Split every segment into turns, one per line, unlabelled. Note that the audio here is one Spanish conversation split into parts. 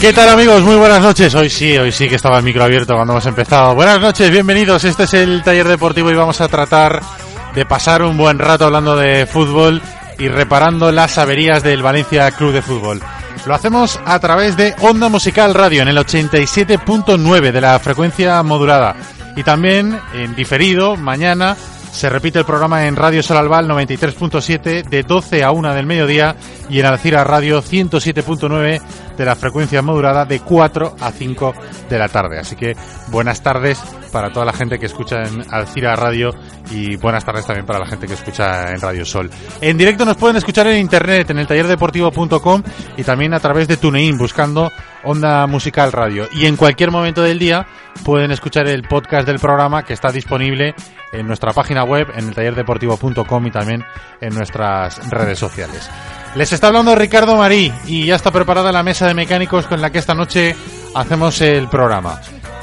¿Qué tal amigos? Muy buenas noches. Hoy sí, hoy sí que estaba el micro abierto cuando hemos empezado. Buenas noches, bienvenidos. Este es el taller deportivo y vamos a tratar de pasar un buen rato hablando de fútbol y reparando las averías del Valencia Club de Fútbol. Lo hacemos a través de Onda Musical Radio en el 87.9 de la frecuencia modulada y también en diferido mañana se repite el programa en Radio Solalbal 93.7 de 12 a 1 del mediodía y en Alcira Radio 107.9 de la frecuencia modulada de 4 a 5 de la tarde. Así que buenas tardes para toda la gente que escucha en Alcira Radio y buenas tardes también para la gente que escucha en Radio Sol. En directo nos pueden escuchar en internet, en el tallerdeportivo.com y también a través de TuneIn buscando Onda Musical Radio. Y en cualquier momento del día pueden escuchar el podcast del programa que está disponible en nuestra página web, en el tallerdeportivo.com y también en nuestras redes sociales. Les está hablando Ricardo Marí y ya está preparada la mesa de mecánicos con la que esta noche hacemos el programa.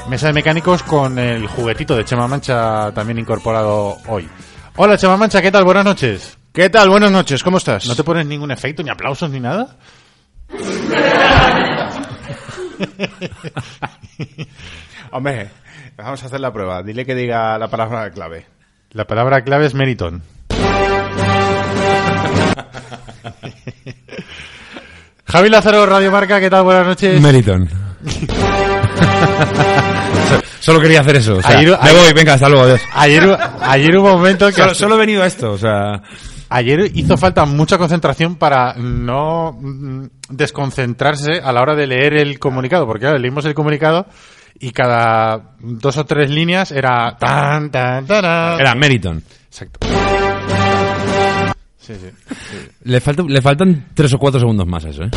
Mesa de mecánicos con el juguetito de Chema Mancha también incorporado hoy. Hola Chema Mancha, ¿qué tal? Buenas noches.
¿Qué tal? Buenas noches, ¿cómo estás?
¿No te pones ningún efecto, ni aplausos, ni nada?
Hombre, vamos a hacer la prueba. Dile que diga la palabra clave.
La palabra clave es Meriton. Javi Lázaro, Radio Marca, ¿qué tal? Buenas
Eh.
noches.
Meriton. Solo quería hacer eso. O sea,
Ayer-
me
ayer-
voy, venga, hasta luego. adiós.
Ayer, hu- ayer hubo un momento que...
Solo,
hasta-
solo he venido a esto, o sea.
Ayer hizo falta mucha concentración para no mm, desconcentrarse a la hora de leer el comunicado, porque claro, leímos el comunicado y cada dos o tres líneas era tan tan tarán.
Era Meriton.
exacto. Sí, sí.
Le, falta- le faltan tres o cuatro segundos más a eso, ¿eh?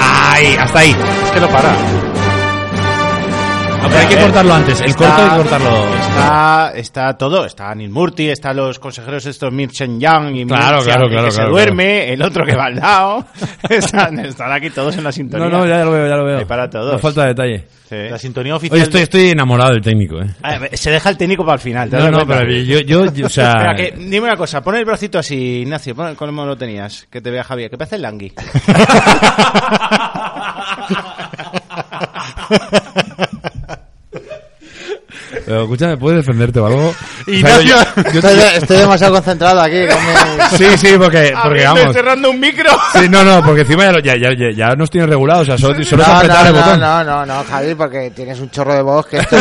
¡Ay! Hasta ahí.
Es que lo para.
No, pero hay que
eh,
cortarlo antes. El
está-
corto hay que cortarlo.
Está, está todo. Está Anil Murti, está los consejeros estos Mir Chen Yang y Mir
Claro,
Chen,
claro,
el
claro,
que
claro,
se duerme, el otro que va al lado. están, están aquí todos en la sintonía.
No, no, ya lo veo, ya lo veo.
Hay para todos.
No falta detalle.
Sí.
La sintonía oficial.
Oye, estoy, estoy enamorado del técnico, ¿eh?
A ver, se deja el técnico para el final. ¿te
No,
das
no,
cuenta?
pero yo, yo, yo, o sea.
Espera, que- dime una cosa, pon el bracito así, Ignacio, pon, ¿cómo lo tenías? Que te vea Javier, que parece el langui.
Pero, escúchame, ¿puedes defenderte o algo?
Ignacio.
O sea, yo- yo-
Estoy, estoy demasiado concentrado aquí. Con mi-
sí, sí, porque, porque
Abriendo y
vamos.
cerrando un micro.
Sí, no, no, porque encima ya, lo- ya, ya, ya, ya nos tienen regulados, o sea, solo, solo es
No,
apretar
no,
el
no,
botón.
no, no, no, Javi, porque tienes un chorro de voz que esto-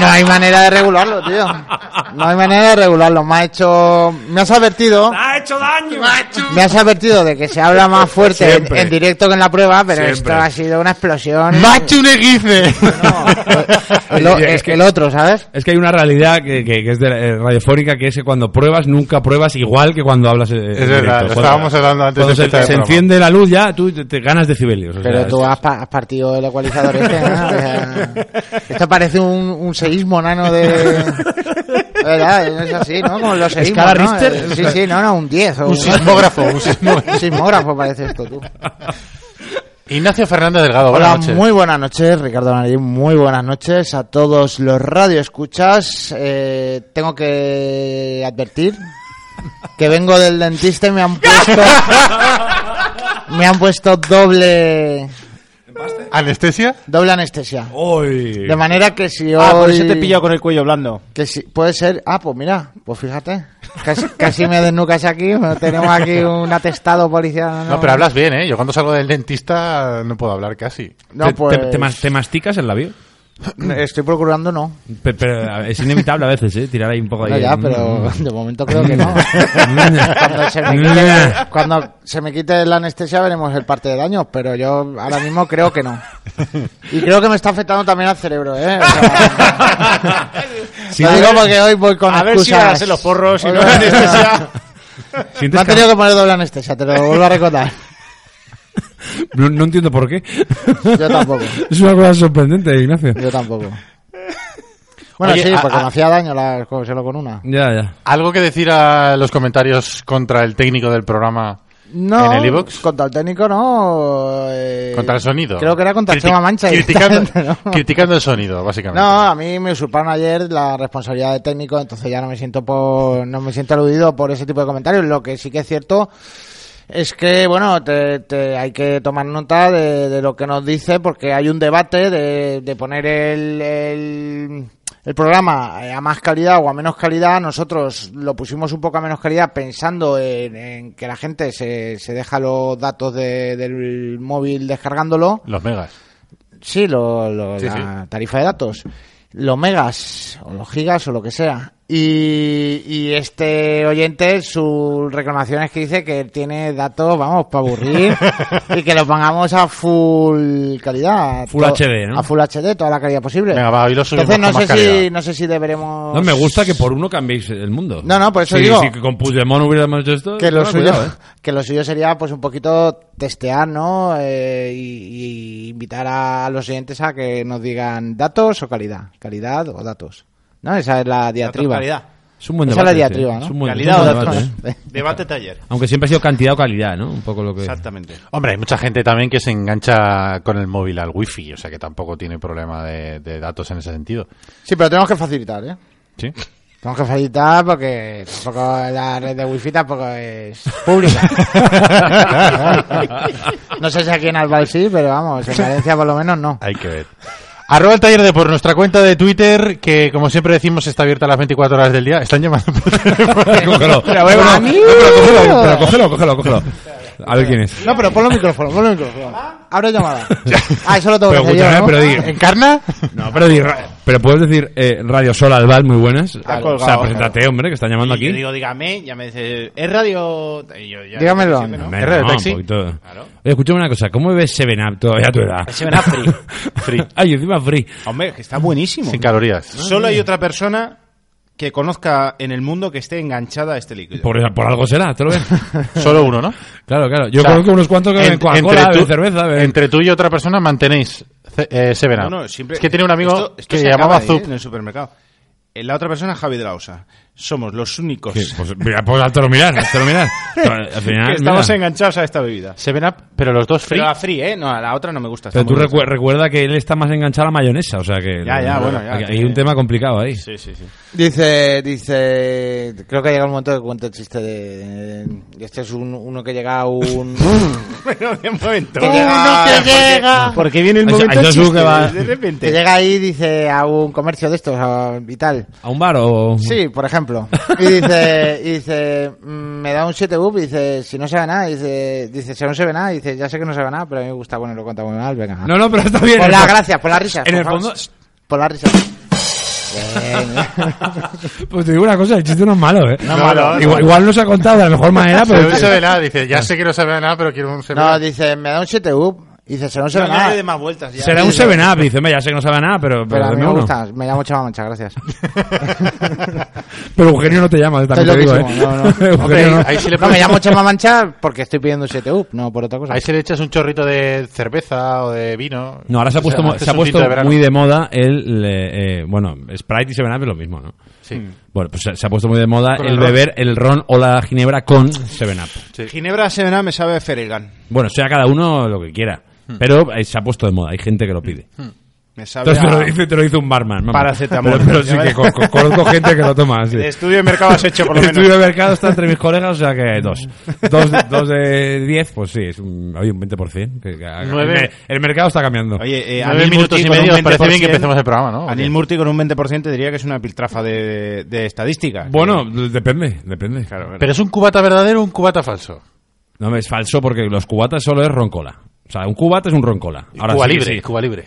No hay manera de regularlo, tío. No hay manera de regularlo. Me ha hecho... Me has advertido...
¡Ha hecho daño!
Me has advertido de que se habla más fuerte en,
Siempre.
en directo que en la prueba, pero
Siempre.
esto ha sido una explosión.
¡Macho un eguice!
No, el, o-
Oye, es
el-
que-
el otro, ¿sabes?
Es que hay una realidad que, que, que es de, eh, radiofónica, que es que cuando pruebas, nunca pruebas igual que cuando hablas.
Es verdad, lo estábamos hablando antes de
se,
empezar el
se
programa.
enciende la luz ya, tú te, te ganas decibelios.
Pues
o
Pero
sea,
tú
es-
has, pa- has partido el ecualizador este, ¿no? O sea, esto parece un, un seísmo nano de... ¿Verdad? No es así, ¿no? Como los seísmos,
¿Escala
¿no?
Richter?
Eh, Sí, sí, no, no, un 10. o
Un sismógrafo, un sismógrafo.
Un sismógrafo parece esto, tú.
Ignacio Fernández Delgado,
Hola,
buenas noches.
muy buenas noches, Ricardo Nari, muy buenas noches a todos los radioescuchas. Eh, tengo que advertir que vengo del dentista y me han puesto... Me han puesto doble,
¿Anestesia?
doble anestesia.
¡Uy!
De manera que si hoy...
Ah, por eso te he pillado con el cuello blando.
Que si, puede ser... Ah, pues mira, pues fíjate. Casi, casi me desnucas aquí. bueno, Tenemos aquí un atestado policial. No,
No, pero hablas bien, ¿eh? Yo cuando salgo del dentista no puedo hablar casi.
No,
¿Te- te-
pues...
te, mas- te masticas el labio?
Estoy procurando no.
Pe- Pero a- es inevitable a veces, ¿eh? Tirar ahí un poco
Bueno,
ahí.
ya,
Mm.
pero de momento creo que no. cuando, se me quite,
Mm.
cuando se me quite la anestesia veremos el parte de daños, pero yo ahora mismo creo que no. Y creo que me está afectando también al cerebro, ¿eh? O sea,
Sí,
lo digo porque hoy voy con
A ver si
excusas.
ahora se los porros y
Hoy
no
voy-
la anestesia.
¿Sientes
Me han
que-
tenido que poner doble anestesia, te lo vuelvo a recordar.
no, no entiendo por qué.
Yo tampoco.
Es una cosa sorprendente, Ignacio.
Yo tampoco. Bueno,
Oye,
sí,
a-
porque
a-
me hacía daño la, solo con una.
Ya, ya.
¿Algo que decir a los comentarios contra el técnico del programa
No,
en el iVoox?
contra el técnico no. eh,
Contra el sonido.
Creo que era contra
Criti-
Chema Mancha.
Criticando,
directamente, ¿no?
criticando el sonido, básicamente.
No, a mí me usurparon ayer la responsabilidad de técnico, entonces ya no me siento por, no me siento aludido por ese tipo de comentarios. Lo que sí que es cierto es que, bueno, te, te- hay que tomar nota de, de lo que nos dice porque hay un debate de, de poner el, el, el programa a más calidad o a menos calidad. Nosotros lo pusimos un poco a menos calidad pensando en, en que la gente se, se deja los datos de- del móvil descargándolo.
Los megas.
Sí, lo, lo-
Sí,
la tarifa de datos. Los megas, o los gigas, o lo que sea. Y, y este oyente, su reclamación es que dice que tiene datos, vamos, para aburrir, y que los pongamos a full calidad. a
Full
to-
HD, ¿no?
A full HD, toda la calidad posible.
Venga, va, hoy lo subimos
Entonces no
con
sé,
más
si,
calidad.
no sé si deberemos...
No, me gusta que por uno cambiéis el mundo.
No, no, por eso
Si-
digo-
Si con Puigdemont hubiéramos hecho esto...
que lo,
bueno,
suyo,
cuidado, ¿eh?
que lo suyo sería pues un poquito testear, ¿no? Eh, y, y invitar a los oyentes a que nos digan datos o calidad, calidad o datos. ¿No? Esa es la diatriba.
Calidad.
Es un buen
Esa
debate.
es la
sí.
diatriba, ¿no?
Es un buen, es un
Calidad o
buen
datos.
debate, ¿eh?
Debate taller.
Aunque siempre ha sido cantidad o calidad, ¿no? Un poco lo que...
Exactamente.
Hombre, hay mucha gente también que se engancha con el móvil al wifi, o sea que tampoco tiene problema de, de datos en ese sentido.
Sí, pero tenemos que facilitar, ¿eh?
¿Sí?
Tenemos que facilitar porque tampoco la red de wifi tampoco es pública. no sé si aquí en Albal sí, pero vamos, en Valencia por lo menos no.
Hay que ver. Arroba el taller de por nuestra cuenta de Twitter, que como siempre decimos está abierta las 24 horas del día. Están llamando por teléfono.
cógelo.
Pero, bueno,
No,
amigo.
pero cógelo, pero cógelo, cógelo, cógelo. A ver quién es.
No, pero ponlo el micrófono, ponlo el micrófono. Abre llamada. Ah, eso lo tengo
Pero
que hacer yo,
escúchame,
¿no?
pero di-
¿Encarna?
No, pero, di- pero puedes decir eh, Radio Sol Albal, muy buenas.
colgado,
o sea, preséntate, hombre, que están llamando
Y yo
aquí.
digo, dígame, ya me dice, es radio... y yo ya-
Dígamelo.
siempre, ¿no?
Hombre,
¿Es Radio
no, un
Taxi?
poquito.
Claro.
Oye, escúchame una cosa, ¿cómo bebes Seven Up todavía a tu edad?
Se ven a free.
Free.
Ay, encima free.
Hombre, que está buenísimo.
Sin calorías.
Ah.
Solo hay otra persona que conozca en el mundo que esté enganchada a este líquido.
Por, por algo será, te lo ves.
Solo uno, ¿no?
Claro, claro. Yo
O sea,
conozco unos cuantos que
en-
beben Coca-Cola,
tú-
beben cerveza, beben...
entre tú y otra persona mantenéis ce- eh, Seven Up.
No, no, siempre-
es que tiene un amigo
Esto- esto
que
se
llamaba
acaba ahí,
Zup.
¿eh? en el supermercado. Eh, La otra persona, Javi de la Osa. Somos los únicos
Sí, pues, mira, pues hazte lo mirar, hazte lo mirar. Pero, Al final,
que estamos
mira.
enganchados a esta bebida.
Seven Up, pero los dos free.
Pero a Free, ¿eh? No, a la otra no me gusta. está
Pero tú
muy
recu- recuerda que él está más enganchado a la mayonesa, o sea que...
Ya, ya, bueno, ya,
Hay, hay
que-
un tema complicado ahí.
bien. Sí, sí, sí.
Dice, dice, creo que ha llegado el momento de que cuente el chiste de... y Este es un, uno que llega a un...
Pero de momento.
que llega, llega.
Porque viene el
Ay,
momento
ay, Josu,
chiste,
que va-
de
Que
repente.
llega ahí, dice, a un comercio de estos, a- y tal.
¿A un bar o...?
Sí, por ejemplo. Y dice, y dice, mm, me da un 7 bub, y dice, si no se ve nada, dice, dice, si no se ve nada, dice, ya sé que no se ve nada, pero a mí me gusta, bueno, lo cuenta muy mal, venga.
No, no, pero está bien.
Por las gracias, por las risas.
En el
por
fondo...
favor. Por las risas. Bien.
Pues te digo una cosa, el chiste no es malo, ¿eh?
No, malo, no.
Igual, igual no se ha contado de la mejor manera,
Pero
pero...
no se ve nada, dice, ya sé que no se ve nada, pero quiero un Seven
No,
Up.
dice, me da un 7 up. Dice, se no se
No,
ve
no le dé
nada.
más vueltas ya.
Será un 7-up, dice, hombre, ya sé que no sabe nada, pero...
Pero a mí
dame
me
uno.
gusta, me llamo Chema Mancha, gracias.
Pero Eugenio no te llama, también
Estoy
te digo, ¿eh?
loquísimo, no, no.
Eugenio
Hombre,
no.
ahí sí le
No, me
pones-
llamo Chema Mancha porque estoy pidiendo un 7 up, no por otra cosa.
Ahí se le echas un chorrito de cerveza o de Eh, vino.
No, ahora se ha
O sea,
puesto, mo-
haces
se ha
un tinto
puesto
verano.
muy de moda el... eh, eh, bueno, Sprite y 7-up es lo mismo, ¿no?
Sí.
Bueno, pues se, se ha puesto muy de moda
Con
el,
el ron.
beber el ron o la ginebra con 7-up.
Ginebra Sevena me sabe a Feregan.
Bueno, sea cada uno lo que quiera. Pero eh, se ha puesto de moda, hay gente que lo pide.
Me sabe
Entonces te lo
a-
dice, te lo dice un barman. vamos.
Paracetamol.
Pero, pero sí que con- con- conozco gente que lo toma así.
De estudio de mercado has hecho, por lo
El estudio
menos.
de mercado está entre mis colegas, o sea que dos. Dos, dos de diez, pues sí, es un, oye, un 20%. que- que-
Nueve.
El, el mercado está cambiando.
Oye, eh,
Nueve
Anil
minutos
Murti
y
con
medio,
un
os parece bien que
20%,
empecemos el programa, ¿no?
Anil Murti con un 20% diría que es una piltrafa de, de estadística.
bueno, depende, depende. Claro,
Pero es un cubata verdadero o un cubata falso.
No, es falso porque los cubatas solo es roncola. O sea, un cubata es un roncola.
Cuba
sí que
libre,
sí.
Cuba libre.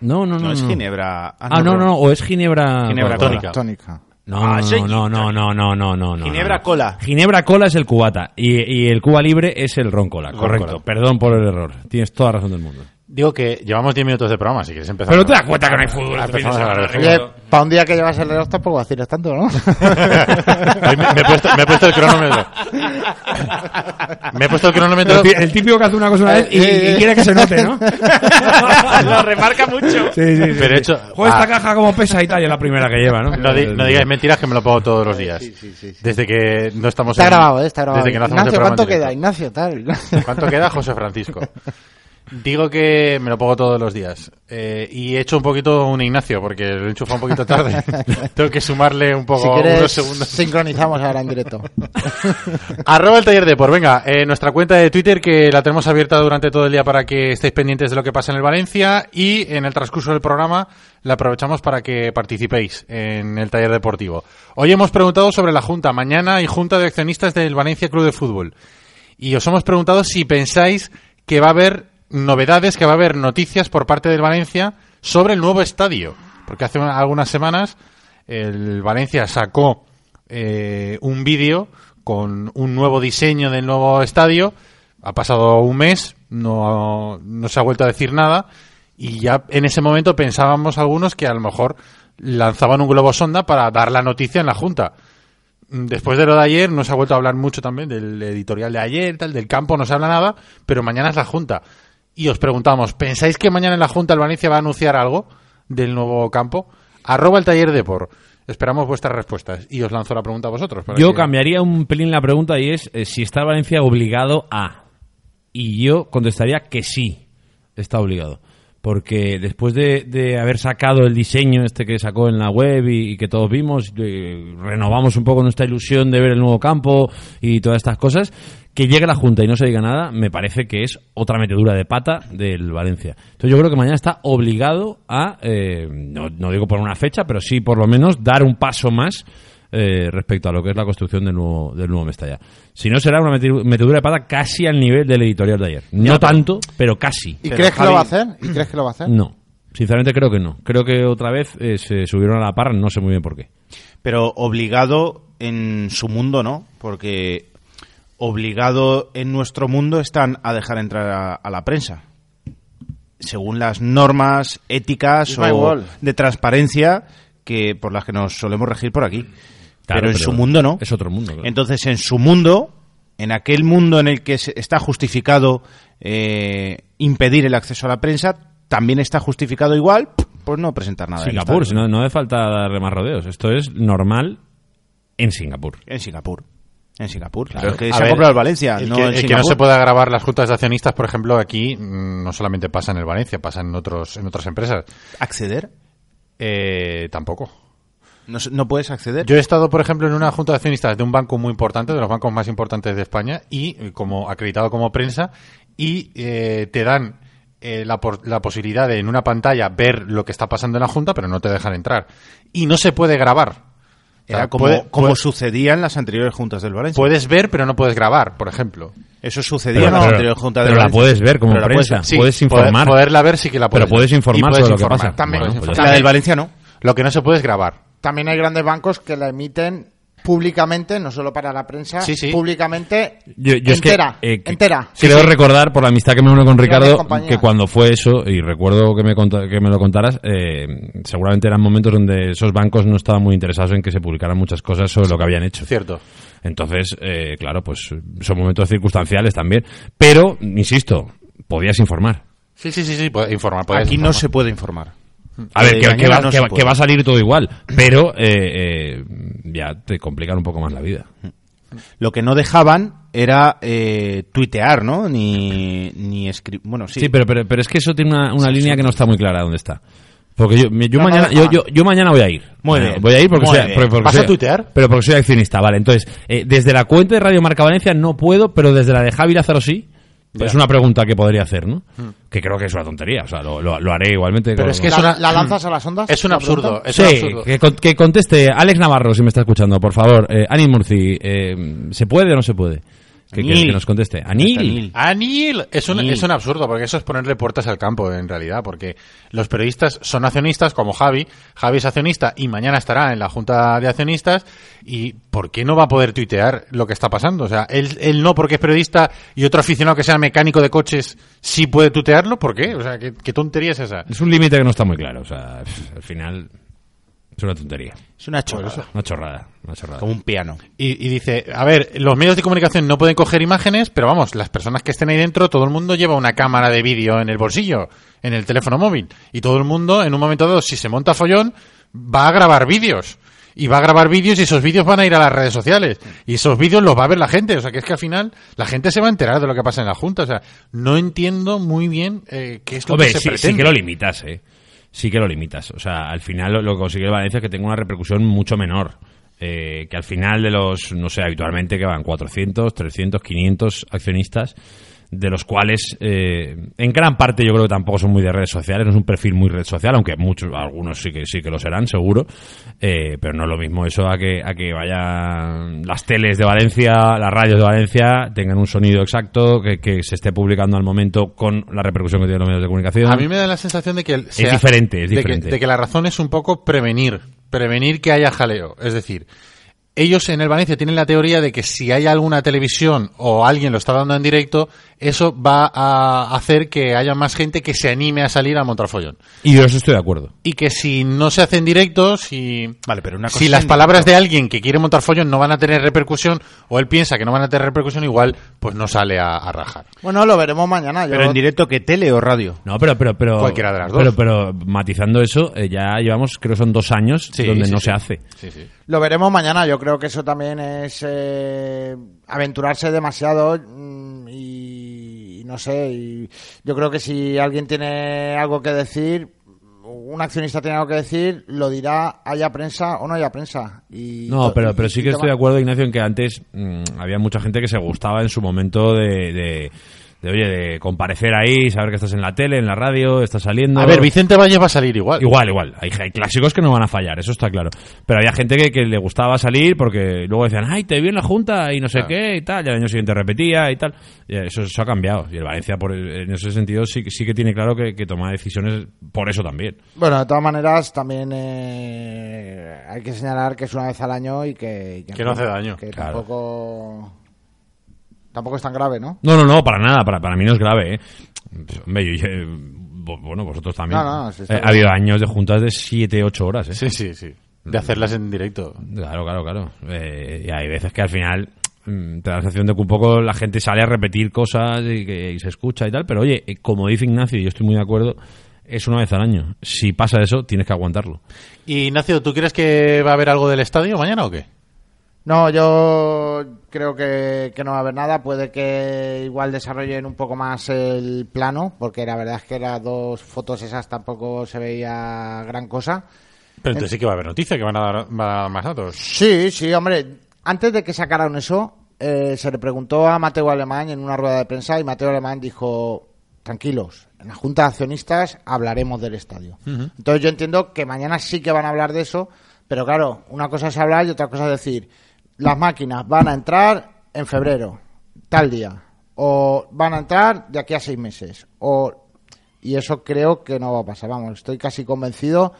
No, no, no.
No, es
no.
Ginebra.
Ah, no, no, no, o es Ginebra.
Ginebra
cola.
tónica.
Tónica.
No,
Ah, sí,
no, no, no, no, no, no, no, no.
Ginebra cola.
Ginebra cola es el cubata y, y el cuba libre es el ron cola. Correcto. Perdón por el error. Tienes toda razón del mundo.
Digo que llevamos 10 minutos de programa, si quieres empezar.
Pero te das cuenta que no hay fútbol. este fin de
empezamos a
semana,
hablar de
Oye,
Ricardo.
para un día que llevas el reloj tampoco vaciles tanto, ¿no?
Hoy me, me he puesto, me he puesto el cronómetro. Me he puesto el cronómetro.
El tí- el típico que hace una cosa una vez y,
Eh, eh.
y quiere que se note, ¿no?
Lo remarca mucho.
Sí, sí, sí.
Pero he
sí.
hecho-
Joder,
Ah.
esta caja como pesa y tal, y es la primera que lleva, ¿no?
No, di- no digáis mentiras que me lo pago todos los días. Desde que no estamos
Está
en-
grabado, ¿eh? Está grabado.
Desde que no hacemos el
Ignacio,
programa en
¿cuánto queda?
directo.
Ignacio, tal.
¿Cuánto queda, José Francisco? Digo que me lo pongo todos los días. Eh, y he hecho un poquito un Ignacio, porque lo he enchufado un poquito tarde. Tengo que sumarle un poco,
Si quieres,
unos segundos.
sincronizamos ahora en directo.
Arroba el taller de por, venga, eh, nuestra cuenta de Twitter que la tenemos abierta durante todo el día para que estéis pendientes de lo que pasa en el Valencia y en el transcurso del programa la aprovechamos para que participéis en el taller deportivo. Hoy hemos preguntado sobre la Junta, mañana y Junta de Accionistas del Valencia Club de Fútbol. Y os hemos preguntado si pensáis que va a haber novedades, que va a haber noticias por parte del Valencia sobre el nuevo estadio. Porque hace una- algunas semanas el Valencia sacó eh, un vídeo con un nuevo diseño del nuevo estadio. Ha pasado un mes, no, no se ha vuelto a decir nada. Y ya en ese momento pensábamos algunos que a lo mejor lanzaban un globo sonda para dar la noticia en la Junta. mm, Después de lo de ayer, no se ha vuelto a hablar mucho también del editorial de ayer, tal, del campo, no se habla nada, pero mañana es la Junta. Y os preguntamos, ¿pensáis que mañana en la Junta el Valencia va a anunciar algo del nuevo campo? Arroba el taller de por. Esperamos vuestras respuestas y os lanzo la pregunta a vosotros. para
Yo
que-
cambiaría un pelín la pregunta y es eh, si está Valencia obligado a. Y yo contestaría que sí, está obligado. Porque después de, de haber sacado el diseño este que sacó en la web y, y que todos vimos, eh, renovamos un poco nuestra ilusión de ver el nuevo campo y todas estas cosas, que llegue la Junta y no se diga nada, me parece que es otra metedura de pata del Valencia. Entonces yo creo que mañana está obligado a, eh, no, no digo por una fecha, pero sí por lo menos dar un paso más eh, respecto a lo que es la construcción del nuevo, del nuevo Mestalla. Si no, será una meti- metedura de pata casi al nivel del editorial de ayer. No tanto, pero casi.
¿Y
Pero,
crees que lo va a
Javi-
hacer? ¿Y crees que lo va a hacer?
No. Sinceramente creo que no. Creo que otra vez eh, se subieron a la par, no sé muy bien por qué.
Pero obligado en su mundo, ¿no? Porque obligado en nuestro mundo están a dejar entrar a, a la prensa. Según las normas éticas
It's my
o
wall.
de transparencia que por las que nos solemos regir por aquí.
Claro,
pero en su mundo no.
Es otro mundo. claro.
Entonces, en su mundo, en aquel mundo en el que se- está justificado eh, impedir el acceso a la prensa, también está justificado igual, pues no presentar nada. en
Singapur,
esta-
si no, no hace falta darle más rodeos. Esto es normal en Singapur.
En Singapur. En Singapur,
Claro.
claro. Es que
A
se
ver,
ha comprado el Valencia,
El,
no
que,
en
el que no
Singapur.
se pueda grabar las juntas de accionistas, por ejemplo, aquí mm, no solamente pasa en el Valencia, pasa en, otros, en otras empresas.
¿Acceder?
Eh, tampoco.
No, se- no puedes acceder.
Yo he estado, por ejemplo, en una junta de accionistas de un banco muy importante, de los bancos más importantes de España, y eh, como acreditado como prensa, y eh, te dan eh, la, por- la posibilidad de en una pantalla ver lo que está pasando en la junta, pero no te dejan entrar. Y no se puede grabar. O sea,
Era como,
puede-
como
puede-
sucedía en las anteriores juntas del Valencia.
puedes ver, pero no puedes grabar, por ejemplo.
Eso sucedía en
Pero-
las
pero-
anteriores juntas del
pero la
Valencia.
puedes ver como
Pero la
prensa.
puedes-
Sí,
Puedes
poder-
informar.
poderla ver sí que la puedes.
Pero puedes
ver.
informar
Y puedes
sobre lo que
informar.
pasa.
También
Bueno,
puedes
pues ya
informar.
La del Valencia no.
Lo que no se puede es grabar.
También hay grandes bancos que la emiten públicamente, no solo para la prensa,
Sí, sí.
públicamente
Yo- yo es que,
entera,
eh, que-
entera.
Creo recordar, por la amistad que me uno con Ricardo,
compañía.
que cuando fue eso, y recuerdo que me, conta- que me lo contaras, eh, seguramente eran momentos donde esos bancos no estaban muy interesados en que se publicaran muchas cosas sobre lo que habían hecho.
Cierto.
Entonces, eh, claro, pues son momentos circunstanciales también. Pero, insisto, podías informar.
Sí, sí, sí, sí, puede- informar. puedes
Aquí
informar.
no se puede informar.
A ver, que,
Eh,
que
mañana
va,
no
que
se
va-
puede.
que va a salir todo igual, pero eh, eh, ya te complican un poco más la vida.
Lo que no dejaban era eh, tuitear, ¿no? Ni, ni escribir. Bueno, sí.
Sí, pero, pero, pero es que eso tiene una, una línea que no está muy clara dónde está. Porque yo, me- yo,
No, no,
mañana,
no.
yo, yo, yo mañana voy a ir.
Muy
Eh,
bien.
Voy a ir porque,
Muy
soy,
bien.
porque- porque
¿Vas a
soy-
tuitear?
Pero porque soy accionista, vale. Entonces, eh, desde la cuenta de Radio Marca Valencia no puedo, pero desde la de Javi Lázaro sí. Pues Es una pregunta que podría hacer, ¿no? Que creo que es una tontería. O sea, lo, lo- lo haré igualmente.
Pero
con-
es que
¿La,
es una-
la lanzas a las ondas?
Es un
¿La
absurdo.
pregunta?
Es un
Sí,
absurdo.
que, con- que conteste Alex Navarro, si me está escuchando, por favor. Eh, Ani Murci, eh, ¿se puede o no se puede? que, que-
Anil.
que nos conteste. Anil.
Anil.
Anil es un,
Anil.
es un absurdo, porque eso es ponerle puertas al campo, en realidad, porque los periodistas son accionistas, como Javi. Javi es accionista y mañana estará en la junta de accionistas. ¿Y por qué no va a poder tuitear lo que está pasando? O sea, él, él no porque es periodista y otro aficionado que sea mecánico de coches sí puede tuitearlo. ¿Por qué? O sea, ¿qué, qué tontería es esa?
Es un límite que no está muy claro. O sea, pff, al final es una tontería.
Es una chorrada.
Una chorrada. Una chorrada.
Como un piano.
Y, y dice, a ver, los medios de comunicación no pueden coger imágenes, pero vamos, las personas que estén ahí dentro, todo el mundo lleva una cámara de vídeo en el bolsillo, en el teléfono móvil. Y todo el mundo, en un momento dado, si se monta follón, va a grabar vídeos. Y va a grabar vídeos y esos vídeos van a ir a las redes sociales. Y esos vídeos los va a ver la gente. O sea, que es que al final la gente se va a enterar de lo que pasa en la Junta. O sea, no entiendo muy bien eh, qué es lo
Hombre,
que se
sí, sí
pretende.
que lo limitas, ¿eh? Sí que lo limitas. O sea, al final lo, lo que consigue el Valencia es que tenga una repercusión mucho menor. Eh, que al final de los, no sé, habitualmente que van 400, 300, 500 accionistas, de los cuales eh, en gran parte yo creo que tampoco son muy de redes sociales, no es un perfil muy red social, aunque muchos, algunos sí que sí que lo serán, seguro. Eh, pero no es lo mismo eso a que, a que vayan las teles de Valencia, las radios de Valencia, tengan un sonido exacto, que, que se esté publicando al momento con la repercusión que tienen los medios de comunicación.
A mí me da la sensación de que el- se ha-
diferente, es
de que-
diferente.
De que, la razón es un poco prevenir, prevenir que haya jaleo. Es decir, ellos en el Valencia tienen la teoría de que si hay alguna televisión o alguien lo está dando en directo, eso va a hacer que haya más gente que se anime a salir a montar follón.
Y yo en eso estoy de acuerdo.
Y que si no se hacen directos, si,
Vale, pero una cosa
si
es
las
en
palabras de alguien que quiere montar follón no van a tener repercusión, o él piensa que no van a tener repercusión igual, pues no sale a, a rajar.
Bueno, lo veremos mañana. Yo-
Pero en directo que tele o radio.
No, pero, pero, pero.
Cualquiera de las dos.
Pero, pero matizando eso, eh, ya llevamos, creo que son dos años
Sí,
donde
sí,
no
sí.
se hace.
Sí, sí.
Lo veremos mañana. Yo creo que eso también es eh, aventurarse demasiado mm, y, y no sé. y yo creo que si alguien tiene algo que decir, un accionista tiene algo que decir, lo dirá, haya prensa o no haya prensa. Y
No,
to-
pero,
y-
pero sí
y
que
toma-
estoy de acuerdo, Ignacio, en que antes mm, había mucha gente que se gustaba en su momento de, de, de, oye, de comparecer ahí, saber que estás en la tele, en la radio, estás saliendo.
A ver, Vicente Valle va a salir igual.
Igual, igual. Hay, hay clásicos que no van a fallar, eso está claro. Pero había gente que, que le gustaba salir porque luego decían, ay, te vi en la junta y no sé qué y tal. Y al año siguiente repetía y tal. Y eso, eso ha cambiado. Y el Valencia, por, en ese sentido, sí, que- sí que tiene claro que, que toma decisiones por eso también.
Bueno, de todas maneras, también eh, hay que señalar que es una vez al año y que... y
Que no hace daño,
Que
claro.
tampoco... Tampoco es tan grave, ¿no?
No, no, no, para nada. Para, para mí no es grave, ¿eh? Pues, hombre, yo- yo- bo- bueno, vosotros también.
No, no, sí está
Eh, ha habido años de juntas de 7, 8 horas, ¿eh?
Sí, sí, sí. De hacerlas en directo.
Claro, claro, claro. Eh, y hay veces que al final mm, te da la sensación de que un poco la gente sale a repetir cosas y, que, y se escucha y tal, pero oye, eh, como dice Ignacio, y yo estoy muy de acuerdo, es una vez al año. Si pasa eso, tienes que aguantarlo.
Y Ignacio, ¿tú crees que va a haber algo del estadio mañana o qué?
No, yo creo que, que no va a haber nada. Puede que igual desarrollen un poco más el plano, porque la verdad es que las dos fotos esas tampoco se veía gran cosa.
Pero entonces sí que va a haber noticia, que van a dar, van a dar más datos.
Sí, sí, hombre. Antes de que sacaran eso, eh, se le preguntó a Mateo Alemán en una rueda de prensa y Mateo Alemán dijo, tranquilos, en la Junta de Accionistas hablaremos del estadio. Entonces yo entiendo que mañana sí que van a hablar de eso, pero claro, una cosa es hablar y otra cosa es decir, las máquinas van a entrar en febrero, tal día, o van a entrar de aquí a seis meses, o... Y eso creo que no va a pasar, vamos, estoy casi convencido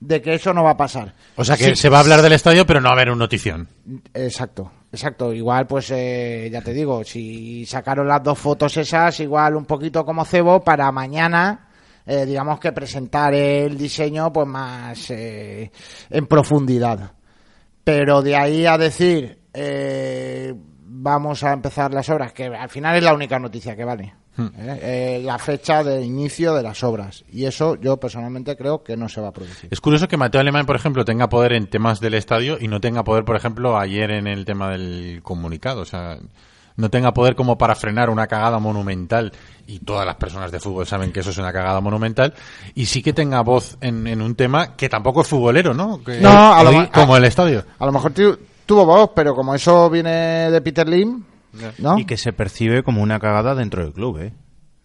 de que eso no va a pasar.
O sea que
Sí,
se va a hablar del estadio, pero no va a haber un notición.
Exacto, exacto. Igual, pues eh, ya te digo, si sacaron las dos fotos esas, igual un poquito como cebo para mañana, eh, digamos que presentar el diseño pues más eh, en profundidad. Pero de ahí a decir, eh, vamos a empezar las obras, que al final es la única noticia que vale. ¿eh? Eh, la fecha de inicio de las obras. Y eso yo personalmente creo que no se va a producir.
Es curioso que Mateo Alemán, por ejemplo, tenga poder en temas del estadio y no tenga poder, por ejemplo, ayer en el tema del comunicado. O sea, no tenga poder como para frenar una cagada monumental. Y todas las personas de fútbol saben que eso es una cagada monumental. Y sí que tenga voz en, en un tema que tampoco es futbolero, ¿no? Que-
No, a lo
hoy,
ma-
como el estadio.
A lo mejor tu- tuvo voz, pero como eso viene de Peter Lim, ¿no?
Y que se percibe como una cagada dentro del club, ¿eh?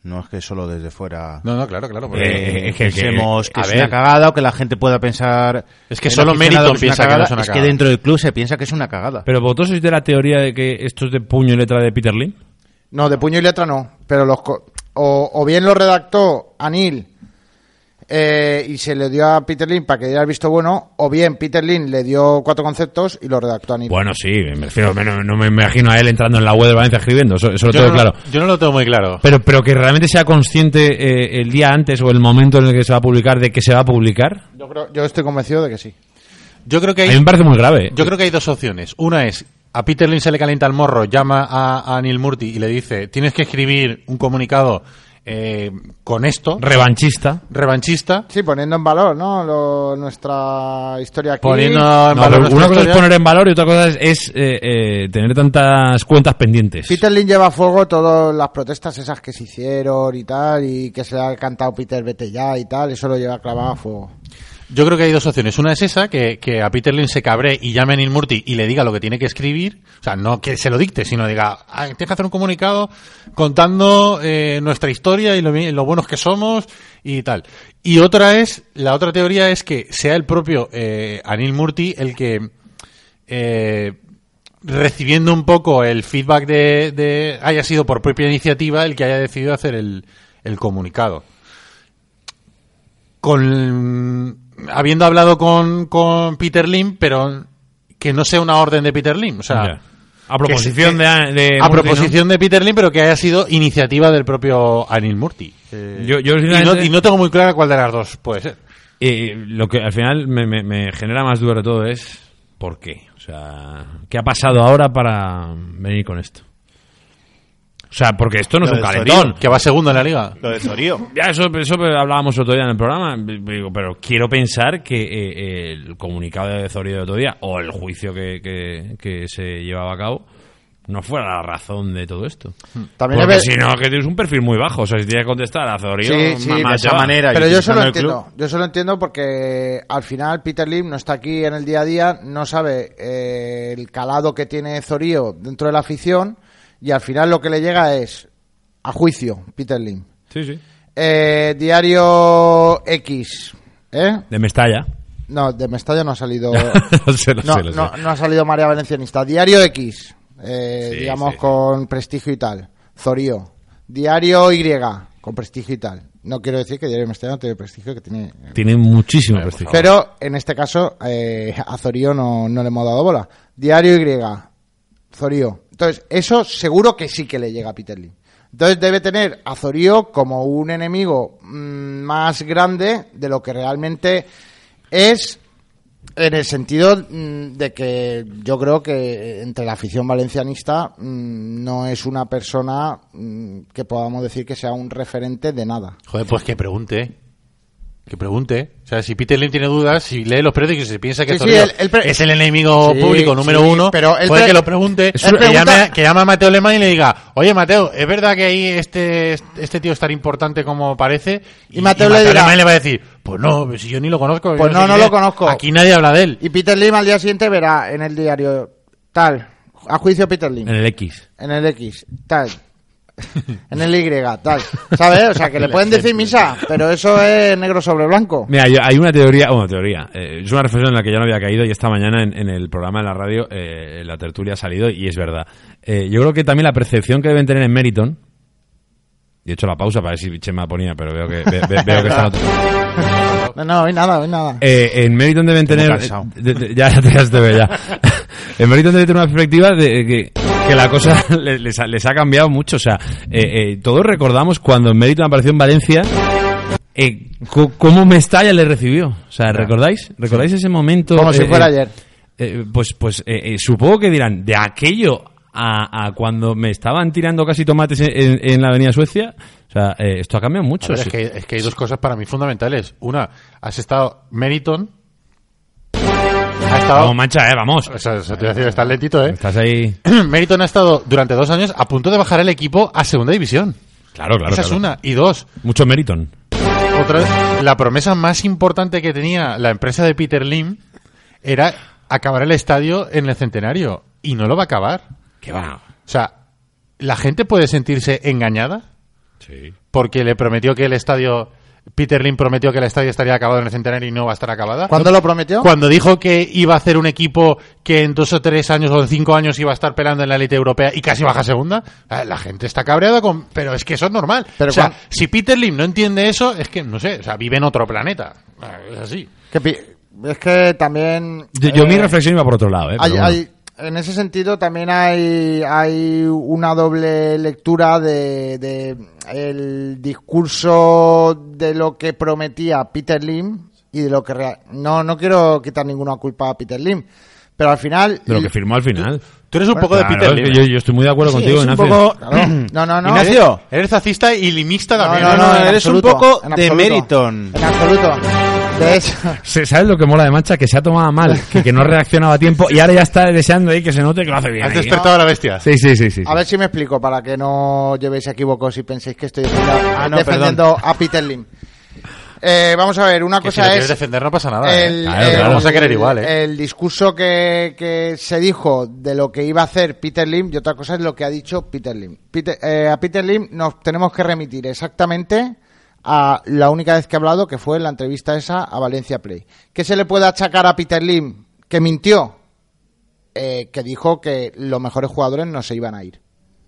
No es que solo desde fuera
No, no, claro, claro.
eh,
porque-
es que-
pensemos que
eh, a
es
ver.
una cagada o que la gente pueda pensar...
Es que
el
solo
aficionado
Meriton piensa que no es una
Es
cagada.
que dentro del club se piensa que es una cagada.
Pero vosotros sois de la teoría de que esto es de puño y letra de Peter Lim.
No, de puño y letra no. Pero los co- o, o bien lo redactó Anil eh, y se le dio a Peter Lin para que diera el visto bueno, o bien Peter Lin le dio cuatro conceptos y lo redactó Anil.
Bueno, sí, me refiero, me- no, no me imagino a él entrando en la web de Valencia escribiendo, eso, eso lo
yo,
tengo
no,
claro.
yo no lo tengo muy claro.
Pero, pero que realmente sea consciente eh, el día antes o el momento en el que se va a publicar de que se va a publicar,
Yo, creo- yo estoy convencido de que sí.
Yo creo que
a
hay,
mí me parece muy grave.
Yo creo que hay dos opciones. Una es, a Peter Lynn se le calienta el morro, llama a, a Neil Murti y le dice, tienes que escribir un comunicado eh, con esto,
Revanchista.
revanchista,
Sí, poniendo en valor, ¿no? Lo- nuestra historia aquí.
poniendo en
No,
valor
pero
nuestra
una cosa es
historia.
poner en valor y otra cosa es, es, eh, eh, tener tantas cuentas pendientes.
Peter Lin lleva a fuego todas las protestas esas que se hicieron y tal, y que se le ha cantado Peter vete ya y tal, eso lo lleva clavado a fuego.
Yo creo que hay dos opciones. Una es esa, que, que a Peter Lynn se cabre y llame a Neil Murti y le diga lo que tiene que escribir. O sea, no que se lo dicte, sino diga, "Ah, tienes que hacer un comunicado contando eh, nuestra historia y lo, bien- lo buenos que somos y tal. Y otra es, la otra teoría es que sea el propio eh, Anil Murti el que eh, recibiendo un poco el feedback de, de- haya sido por propia iniciativa el que haya decidido hacer el, el comunicado. Con habiendo hablado con, con Peter Lim, pero que no sea una orden de Peter Lim, o sea,
Ya. a proposición
que-
de, de
a
Murphy, ¿no?
proposición de Peter Lim, pero que haya sido iniciativa del propio Anil Murti. Eh,
Yo- yo,
y, no,
sinceramente-
y no tengo muy clara cuál de las dos puede ser.
Eh, lo que al final me, me- me genera más duda de todo es por qué. O sea, ¿qué ha pasado ahora para venir con esto? O sea, porque esto no
Lo
es un
del
calentón.
Que va segundo en la liga.
Lo de Torío.
Ya, eso, eso hablábamos otro día en el programa. Digo, pero quiero pensar que eh, el comunicado de Zorio de otro día o el juicio que, que- que se llevaba a cabo no fuera la razón de todo esto.
Hmm. También
Porque
es ver-
si no, que tienes un perfil muy bajo. O sea, si tienes que contestar a Zorio,
Sí, sí,
mamá,
de esa
te va.
manera.
Pero
y
yo eso lo
utilizando el club.
entiendo. Yo eso lo entiendo porque al final Peter Lim no está aquí en el día a día, no sabe eh, el calado que tiene Zorío dentro de la afición y al final lo que le llega es a juicio Peter Lim.
Sí, sí.
Eh, diario X, ¿eh?
De Mestalla.
No, de Mestalla no ha salido.
Lo sé, lo
no,
sé, lo sé.
no- no ha salido María Valencianista. Diario X, eh,
Sí,
digamos
sí.
con prestigio y tal. Zorío. Diario Y, con prestigio y tal. No quiero decir que Diario Mestalla no tiene prestigio, que tiene.
Tiene muchísimo prestigio.
Pero en este caso eh, a Zorío no, no le hemos dado bola. Diario Y, Zorío. Entonces, eso seguro que sí que le llega a Peter Lee. Entonces debe tener a Zorío como un enemigo mm, más grande de lo que realmente es en el sentido mm, de que yo creo que eh, entre la afición valencianista mm, no es una persona mm, que podamos decir que sea un referente de nada.
Joder, pues que pregunte. Que pregunte. O sea, si Peter Lim tiene dudas, si lee los periódicos y se piensa que
Sí, sí,
Zorillo
él- él pre-
es el enemigo
Sí,
público número
sí,
uno,
pero él
joder,
pre-
que lo pregunte.
Es una-
Que, llame, a-
pregunta-
que llame a Mateo Lema y le diga, oye Mateo, ¿es verdad que ahí este, este tío es tan importante como parece?
Y Mateo le dirá-
Alemán le va a decir, pues no, si yo ni lo conozco. yo
Pues no,
sé
no
quién
lo
es.
conozco.
Aquí nadie habla de él.
Y Peter Lim al día siguiente verá en el diario tal, a juicio Peter Lim,
En el X.
en el X, tal, en el Y, tal. ¿Sabes? O sea, que le pueden decir misa, pero eso es negro sobre blanco.
Mira, yo- hay una teoría, bueno, teoría, eh, es una reflexión en la que yo no había caído y esta mañana en, en el programa de la radio eh, la tertulia ha salido y es verdad. Eh, yo creo que también la percepción que deben tener en Meriton, y he hecho la pausa para ver si Chema ponía, pero veo que, ve- ve- veo que está... en otro-
No, no, hoy nada, hoy nada.
Eh, en Meriton deben
Estoy muy
tener. eh,
cansado.
de- de- ya, ya te ya te veo, ya. en Meriton deben tener una perspectiva de eh, que, que la cosa le- les, ha, les ha cambiado mucho. O sea, eh, eh, todos recordamos cuando en Meriton apareció en Valencia. Eh, co- ¿Cómo Mestalla le recibió? O sea, ¿recordáis? ¿Recordáis ese momento?
Como si
Eh,
fuera
eh,
ayer.
eh, pues pues eh, eh, supongo que dirán, de aquello a, a cuando me estaban tirando casi tomates en, en- en la Avenida Suecia, o sea, eh, esto ha cambiado
A
mucho.
ver,
sí.
es, que, es que hay dos cosas para mí fundamentales. Una, has estado Meriton. Has estado...
Vamos, mancha, eh, vamos.
O sea, se te iba a decir, estás lentito, ¿eh?
Estás ahí.
Meriton ha estado durante dos años a punto de bajar el equipo a segunda división.
Claro, claro.
Esa es
claro.
una. Y dos,
Mucho Meriton.
otra, la promesa más importante que tenía la empresa de Peter Lim era acabar el estadio en el centenario. Y no lo va a acabar.
Que va.
O sea, ¿la gente puede sentirse engañada?
Sí.
porque le prometió que el estadio, Peter Lim prometió que el estadio estaría acabado en el centenario y no va a estar acabada.
¿Cuándo lo prometió?
Cuando dijo que iba a hacer un equipo que en dos o tres años o en cinco años iba a estar pelando en la élite europea y casi baja segunda, ah, la gente está cabreada con... Pero es que eso es normal.
Pero
o sea,
cuan-
si Peter Lim no entiende eso, es que, no sé, o sea, vive en otro planeta. Ah, Es así.
Que pi- es que también...
Yo, yo
eh,
mi reflexión iba por otro lado, ¿eh?
hay-
Pero bueno.
hay- en ese sentido también hay, hay una doble lectura de, de el discurso de lo que prometía Peter Lim y de lo que... rea- No, no quiero quitar ninguna culpa a Peter Lim, pero al final...
De lo que firmó al final.
Tú eres un poco de
Claro,
Peter
es
Lim. ¿eh?
que yo, yo estoy muy de acuerdo
Sí,
contigo,
es un
Ignacio.
poco- claro. No, no, no.
Ignacio,
Eres zacista y limista también.
no,
¿eh?
no,
en
eres un poco
en absoluto.
Demeriton.
En absoluto. De hecho...
Se- ¿Sabes lo que mola de Mancha? Que se ha tomado mal, que, que no ha reaccionado a tiempo y ahora ya está deseando ahí que se note que lo hace bien.
Has
ahí, ¿eh?
despertado a la bestia.
Sí, sí, sí, sí.
A ver si me explico para que no llevéis equívocos y penséis que estoy defendiendo,
Ah, no,
defendiendo a Peter Lim. Eh, vamos a ver, una
Que si lo
cosa
quieres
es
defender no pasa nada. ¿eh?
el,
Claro,
el-
claro.
Vamos a querer igual, ¿eh?
el discurso que, que se dijo de lo que iba a hacer Peter Lim y otra cosa es lo que ha dicho Peter Lim. Peter- eh, a Peter Lim nos tenemos que remitir exactamente a la única vez que ha hablado, que fue en la entrevista esa a Valencia Play. ¿Qué se le puede achacar a Peter Lim? Que mintió, eh, que dijo que los mejores jugadores no se iban a ir.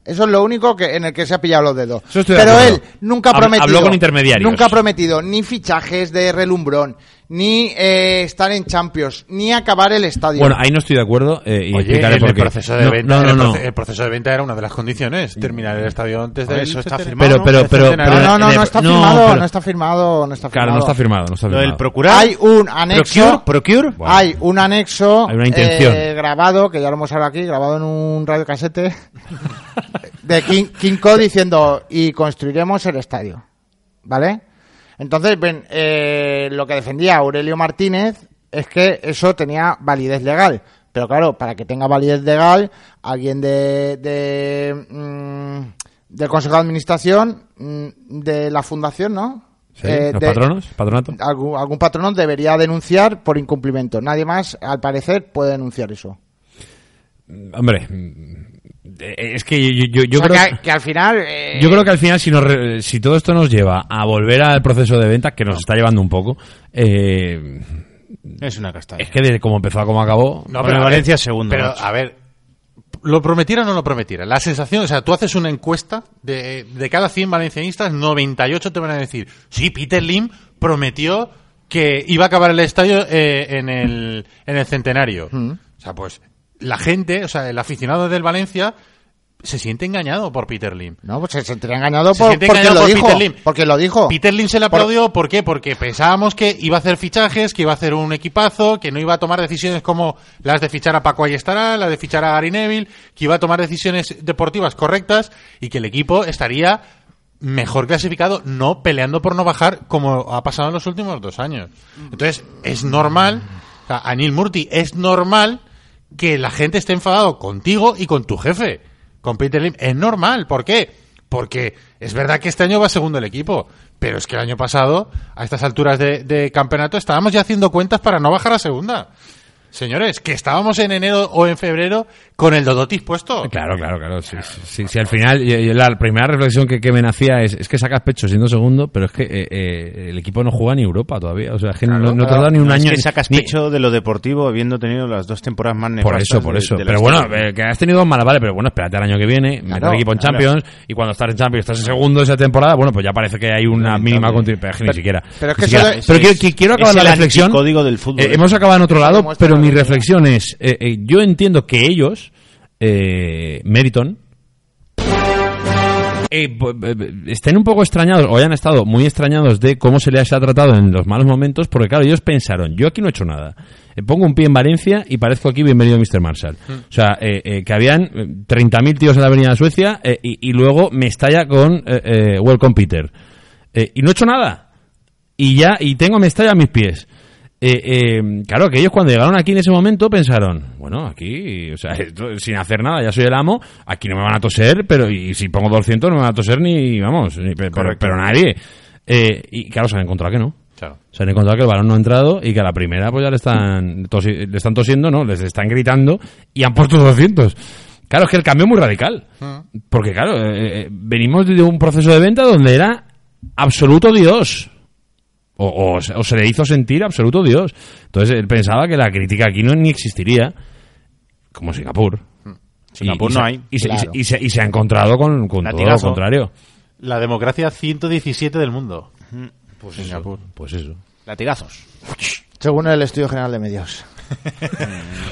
Eso es lo único que, en el que se ha pillado los dedos.
Eso estoy de
Pero
acuerdo.
él nunca ha
Habl-
prometido.
habló con intermediarios.
Nunca ha prometido ni fichajes de relumbrón, ni eh, estar en Champions, ni acabar el estadio.
Bueno, ahí no estoy de acuerdo eh, y
Oye,
explicaré
el,
por qué.
proceso de
No,
venta,
no, no,
el,
no.
proce- el proceso de venta era una de las condiciones. Terminar el estadio antes de
Hombre, eso está firmado.
Pero,
¿no?
pero, pero,
Etcétera.
no,
pero-
no, no,
de-
no está
no,
firmado,
pero-
no está firmado, no está firmado.
Claro, no está firmado, no está
Lo del
firmado.
procurar.
Hay un anexo.
Procure, procure.
Bueno.
Hay un anexo
Hay una intención.
eh, grabado, que ya lo hemos hablado aquí, grabado en un radiocasete, de King, King Co diciendo, y construiremos el estadio. ¿Vale? Entonces, ven, eh, lo que defendía Aurelio Martínez es que eso tenía validez legal. Pero claro, para que tenga validez legal, alguien de, de, mm, del Consejo de Administración, mm, de la Fundación, ¿no?
Sí,
Eh,
¿Los
de-
patronos? ¿Patronato?
algún, algún patrono debería denunciar por incumplimiento. Nadie más, al parecer, puede denunciar eso.
Hombre, mm, eh, es que yo, yo- yo
O sea,
creo...
que, que al final... eh,
Yo creo que al final, si, nos re- si todo esto nos lleva a volver al proceso de venta, que nos está llevando un poco, eh,
Es una
es
castaña.
que desde cómo empezó a cómo acabó,
No,
Bueno,
pero a
Valencia
ver,
segundo,
Pero,
macho.
a ver, lo prometiera o no lo prometiera. La sensación, o sea, tú haces una encuesta de, de cada 100 valencianistas, 98 te van a decir, sí, Peter Lim prometió que iba a acabar el estadio eh, en, el, en el centenario. O sea, pues la gente, o sea, el aficionado del Valencia se siente engañado por Peter Lim.
No, pues se sentirá engañado,
Se
por-
siente
porque,
engañado
lo
por
dijo,
Peter Lim.
porque lo dijo.
Peter Lim se le
Por-
aplaudió, ¿por qué? Porque pensábamos que iba a hacer fichajes, que iba a hacer un equipazo, que no iba a tomar decisiones como las de fichar a Paco Ayestará, las de fichar a Gary Neville, que iba a tomar decisiones deportivas correctas y que el equipo estaría mejor clasificado, no peleando por no bajar como ha pasado en los últimos dos años. Entonces, es normal, o sea, Anil Murti, es normal que la gente esté enfadado contigo y con tu jefe, con Peter Lim. Es normal, ¿por qué? Porque es verdad que este año va segundo el equipo, pero es que el año pasado, a estas alturas de, de campeonato, estábamos ya haciendo cuentas para no bajar a segunda. Señores, que estábamos en enero o en febrero con el Dodotis puesto.
Claro, claro, claro. Sí, sí, sí, sí, al final, yo- yo la primera reflexión que, que me nacía es, es que sacas pecho siendo segundo, pero es que eh, eh, el equipo no juega ni Europa todavía. O sea, es que no, no te ha dado ni un
No, es
año.
que sacas
ni-
pecho de lo deportivo habiendo tenido las dos temporadas más
Por
nefastas.
eso, por
de-
eso.
de la
pero
historia.
bueno, eh, que has tenido dos malas, vale, pero bueno, espérate al año que viene, meter equipo en
claro.
Champions, y cuando estás en Champions estás en segundo esa temporada, bueno, pues ya parece que hay una mínima continuidad, ni siquiera.
pero es
ni
que
siquiera.
eso de-
Pero quiero, quiero acabar
es
la
el
reflexión.
anticódigo del fútbol.
Eh, hemos acabado en otro lado,
demuestra
pero
la
mi
realidad.
reflexión es, eh, eh, yo entiendo que ellos, eh, Meriton, eh, b- b- b- estén un poco extrañados o hayan estado muy extrañados de cómo se les ha tratado en los malos momentos, porque claro, ellos pensaron, yo aquí no he hecho nada. Eh, Pongo un pie en Valencia y parezco aquí bienvenido Mr. Marshall. O sea, eh, eh, que habían eh, 30.000 tíos en la avenida de Suecia eh, y, y luego me estalla con eh, eh, Welcome Peter. Eh, y no he hecho nada. Y ya, y tengo Mestalla a mis pies. Eh, eh, claro, que ellos cuando llegaron aquí en ese momento pensaron, bueno, aquí, o sea, esto- sin hacer nada, ya soy el amo, aquí no me van a toser, pero y si pongo 200 no me van a toser ni, vamos, ni- pe- pero,
Correcto.
pero nadie. Eh, y claro, se han encontrado que no.
Claro.
Se han encontrado que el balón no ha entrado y que a la primera pues ya le están, tosi- le están tosiendo, ¿no? Les están gritando y han puesto 200. Claro, es que el cambio es muy radical. Porque, claro, eh, eh, venimos de un proceso de venta donde era absoluto Dios. O, o se- o se le hizo sentir absoluto Dios. Entonces él pensaba que la crítica aquí no ni existiría. Como Singapur.
Singapur
Y- y
no
se-
hay,
Y se, y se-
claro.
y se- y se ha encontrado con, con todo lo
Latigazo.
contrario.
La democracia 117 del mundo.
Pues Singapur. Pues eso.
Latigazos.
Según el Estudio General de Medios.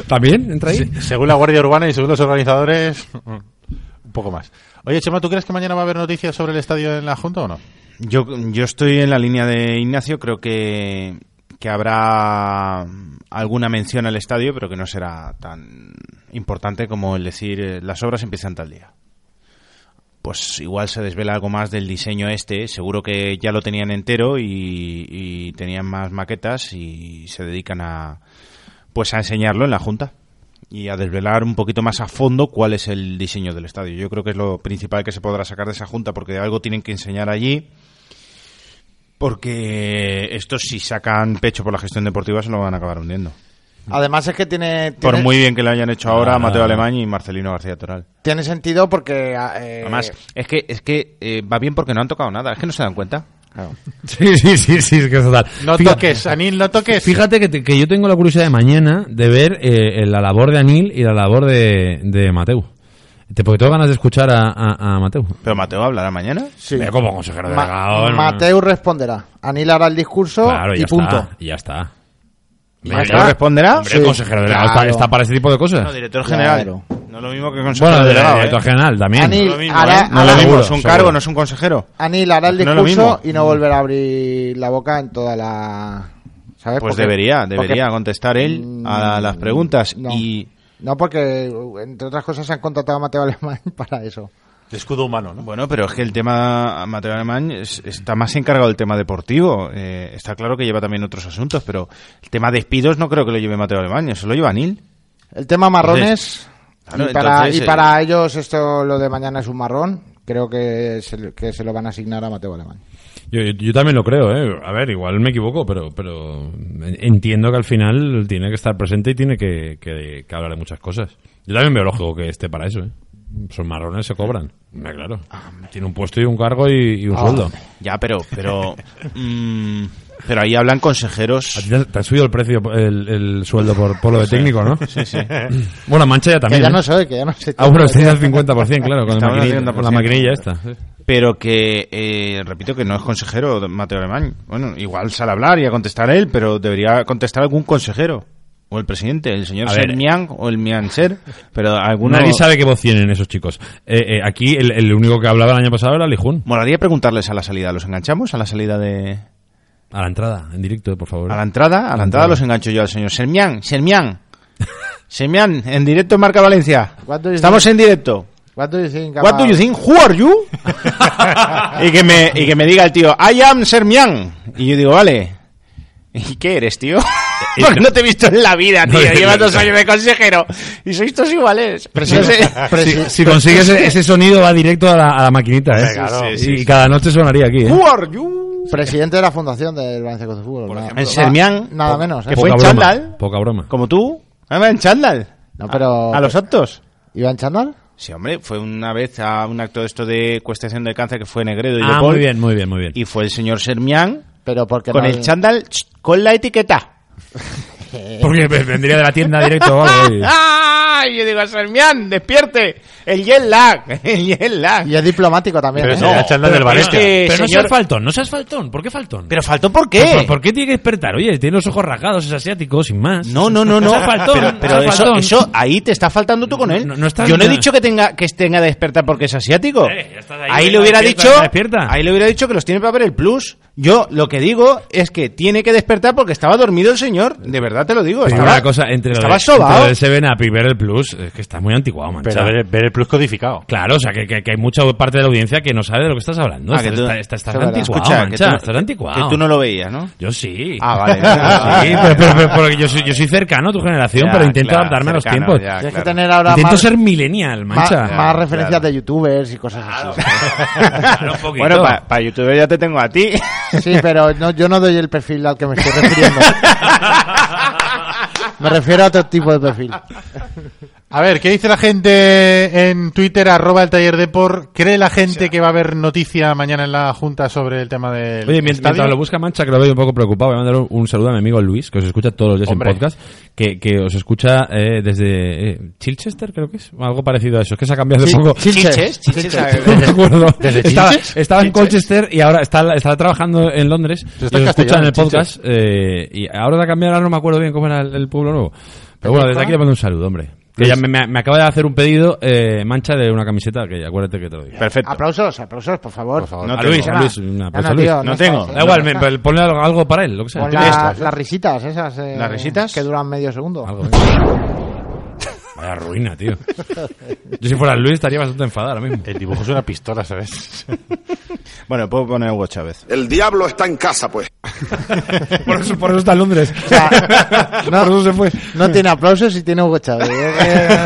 ¿También entra ahí?
Se- según la Guardia Urbana y según los organizadores, un poco más. Oye, Chema, ¿tú crees que mañana va a haber noticias sobre el estadio en la Junta o no?
Yo, yo estoy en la línea de Ignacio, creo que, que habrá alguna mención al estadio, pero que no será tan importante como el decir eh, las obras empiezan tal día. Pues igual se desvela algo más del diseño este, seguro que ya lo tenían entero y, y tenían más maquetas y se dedican a pues a enseñarlo en la junta y a desvelar un poquito más a fondo cuál es el diseño del estadio. Yo creo que es lo principal que se podrá sacar de esa junta porque de algo tienen que enseñar allí. Porque estos si sacan pecho por la gestión deportiva se lo van a acabar hundiendo.
Además es que tiene,
Por
tiene-
muy bien que le hayan hecho ahora
Ah.
a Mateo Alemán y Marcelino García Toral.
tiene sentido porque... eh,
Además, es que, es que eh, va bien porque no han tocado nada, es que no se dan cuenta.
claro.
Sí, sí, sí, sí, es que es total.
No
Fíjate-
toques, Anil, no toques.
Fíjate que, te- que yo tengo la curiosidad de mañana de ver eh, eh, la labor de Anil y la labor de, de Mateu. Te, porque tengo ganas de escuchar a, a, a Mateu.
Pero Mateo hablará mañana.
Sí.
Pero como consejero
Ma-
delegado. no-
Mateu responderá. Anil hará el discurso
Claro, ya
y punto.
está. Ya está.
Mateo
Hombre,
responderá.
hombre, el
Sí,
consejero delegado
claro.
está, está para ese tipo de cosas.
No, director general.
Claro.
No lo mismo que consejero
bueno, el
delegado,
director
¿eh?
general también.
Anil-
No lo mismo,
Hará-
¿eh? No lo
hará-
mismo, es un
seguro,
cargo,
seguro.
no es un consejero.
Anil hará el
No es lo
discurso
mismo.
y no volverá a abrir la boca en toda la... ¿sabes?
Pues
Porque-
debería,
porque- Mm,
debería contestar él a las preguntas.
No.
Y
No, porque entre otras cosas se han contratado a Mateo Alemán para eso.
De escudo humano, ¿no?
Bueno, pero es que el tema Mateo Alemán es- está más encargado del tema deportivo. Eh, está claro que lleva también otros asuntos, pero el tema despidos no creo que lo lleve Mateo Alemán, eso lo lleva Nil.
El tema marrones.
Claro,
y para,
entonces,
y
eh,
para ellos esto lo de mañana es un marrón. Creo que se, que se lo van a asignar a Mateo Alemán.
Yo, yo- yo también lo creo, ¿eh? A ver, igual me equivoco, pero, pero en- entiendo que al final tiene que estar presente y tiene que, que- que hablar de muchas cosas. Yo también veo lógico que esté para eso, ¿eh? Son marrones, se cobran. Me claro. Tiene un puesto y un cargo y, y un sueldo.
Ya, pero, pero, mm, pero ahí hablan
A ti
consejeros.
te, has- te has subido el precio, el, el sueldo por, por lo de técnico, ¿no? Sí, sí. Bueno, a Mancha ya
Que
también.
ya
¿eh?
no sé, que ya no sé.
Ah, bueno, estoy al 50%, claro, con, el
Estamos al
maquinilla- con la
50%.
maquinilla esta.
Pero que, eh, repito, que no es consejero Mateo Alemán. Bueno, igual sale a hablar y a contestar él, pero debería contestar algún consejero. O el presidente, el señor
A
Ser
ver.
Miang o el Mian Ser. Pero alguno...
Nadie sabe qué voz tienen esos chicos. Eh, eh, aquí el, el único que hablaba el año pasado era Lijun.
Molaría preguntarles a la salida. ¿Los enganchamos a la salida de...?
A la entrada, en directo, eh, por favor.
A la entrada, a la entrada los engancho yo al señor Sermián, Sermián. Sermián, en directo en Marca Valencia.
What do you
Estamos en directo.
What do you think
What do
about-
you think? Who are you? y, que me, y que me diga el tío, I am Sermián. Y yo digo, vale. ¿Y qué eres, tío? Porque no te he visto en la vida, tío.
No, no,
Llevas
no,
dos
no.
años de consejero. Y sois todos iguales. No sé.
Si, si consigues ese sonido va directo a la, a la maquinita, ¿eh?
claro.
y cada noche sonaría aquí, ¿eh?
Who are you?
Presidente de la fundación del Valencia Club de Fútbol. nada-
ejemplo. Sermián,
Nada
po-
menos, ¿eh?
que fue en
broma,
chándal.
Poca broma.
Como tú. Anda en chándal.
No, pero-
A, a los actos.
¿Iba en chándal?
Sí, hombre, fue una vez a un acto de esto de cuestación del cáncer que fue Negredo y
Ah,
de Paul,
muy bien, muy bien, muy bien.
Y fue el señor Sermián
Pero porque
con
no-
el chándal ch, con la etiqueta. Eh.
Porque vendría de la tienda directo. vale, y-
¡Ah! Yo digo a Sermián, despierte. El jet lag, el jet lag.
Y es diplomático también,
Pero
¿eh?
se la chándal del
pero es
Valencia.
que- Eh,
Pero no
señor-
seas faltón, no seas faltón. ¿Por qué faltón?
Pero faltó por qué.
¿Por, por qué tiene que despertar? Oye, tiene los ojos rasgados, es asiático, sin más.
No, no, no, no.
seas faltón,
pero pero
no seas
eso,
faltón.
eso, ahí te está faltando tú con él.
No, no está-
Yo no he
no.
dicho que tenga que tenga de despertar porque es asiático.
Eh, ya estás ahí,
ahí le
venga,
hubiera
despierta,
dicho,
venga, despierta.
ahí le hubiera dicho que los tiene para ver el plus. Yo lo que digo es que tiene que despertar porque estaba dormido el señor. De verdad te lo digo.
Te digo
Estaba,
una cosa, entre lo, de,
estaba
entre lo
sobao.
de Seven Up y ver el Plus, es que está muy antiguado, mancha.
Pero ver, ver el plus codificado.
Claro, o sea, que, que- que hay mucha parte de la audiencia que no sabe de lo que estás hablando.
Ah,
Estás-
que tú-
estás- estás- estás
Eso es verdad.
anticuado,
Escucha,
mancha,
que tú-
estás anticuado.
Que tú no lo veías, ¿no?
Yo sí.
Ah, vale.
Sí, pero, pero- pero- porque yo soy, yo soy cercano a tu generación,
Ya,
pero intento
claro,
adaptarme a los
cercano,
tiempos.
ya. Ah,
Tienes
claro.
que tener ahora
Intento
más,
ser millennial,
más,
mancha.
más referencias de youtubers y cosas así.
Claro, un poquito.
Bueno, para YouTube ya te tengo a ti.
Sí, pero no- yo no doy el perfil al que me estoy refiriendo. Me refiero a otro tipo de perfil.
A ver, ¿qué dice la gente en Twitter, arroba el taller de por? ¿Cree la gente que va a haber noticia mañana en la Junta sobre el tema del
Oye, mientras,
estadio?
mientras lo busca Mancha, que lo veo un poco preocupado, voy a mandar un- un saludo a mi amigo Luis, que os escucha todos los días
Hombre.
en podcast, que, que os escucha eh, desde eh, Chilchester, creo que es, o algo parecido a eso, es que se ha cambiado de poco.
Chilches.
No me acuerdo.
¿Desde
estaba,
Chilches?
estaba en Colchester y ahora está, está trabajando en Londres.
Se está
Se está
en
escuchan en el
castellano,
podcast. eh, y ahora la cambiar, ahora no me acuerdo bien cómo era el, el pueblo nuevo. Pero bueno, desde aquí le mando un saludo, hombre. Que ya me, me- me acaba de hacer un pedido, eh, mancha de una camiseta, que acuérdate que te lo dije.
Perfecto.
Aplausos, aplausos, por favor.
No
a
tengo.
Luis, a
Ya,
Luis, una
ya
aplauso a
no,
Luis.
tío,
No
está,
tengo.
sí,
Da igual,
no
me,
está.
me- ponle algo, algo para él, lo que sea.
Pon
Tú
la-
tienes-
las risitas esas. eh,
¿Las risitas?
Que duran medio segundo.
Algo, venga. Vaya ruina, tío. Yo si fuera Luis estaría bastante enfadado ahora mismo.
El dibujo es una pistola, ¿sabes?
Bueno, puedo poner Hugo Chávez.
El diablo está en casa, pues.
Por eso, por eso está en Londres.
O sea, no, no tiene aplausos y tiene Hugo Chávez. Eh, eh,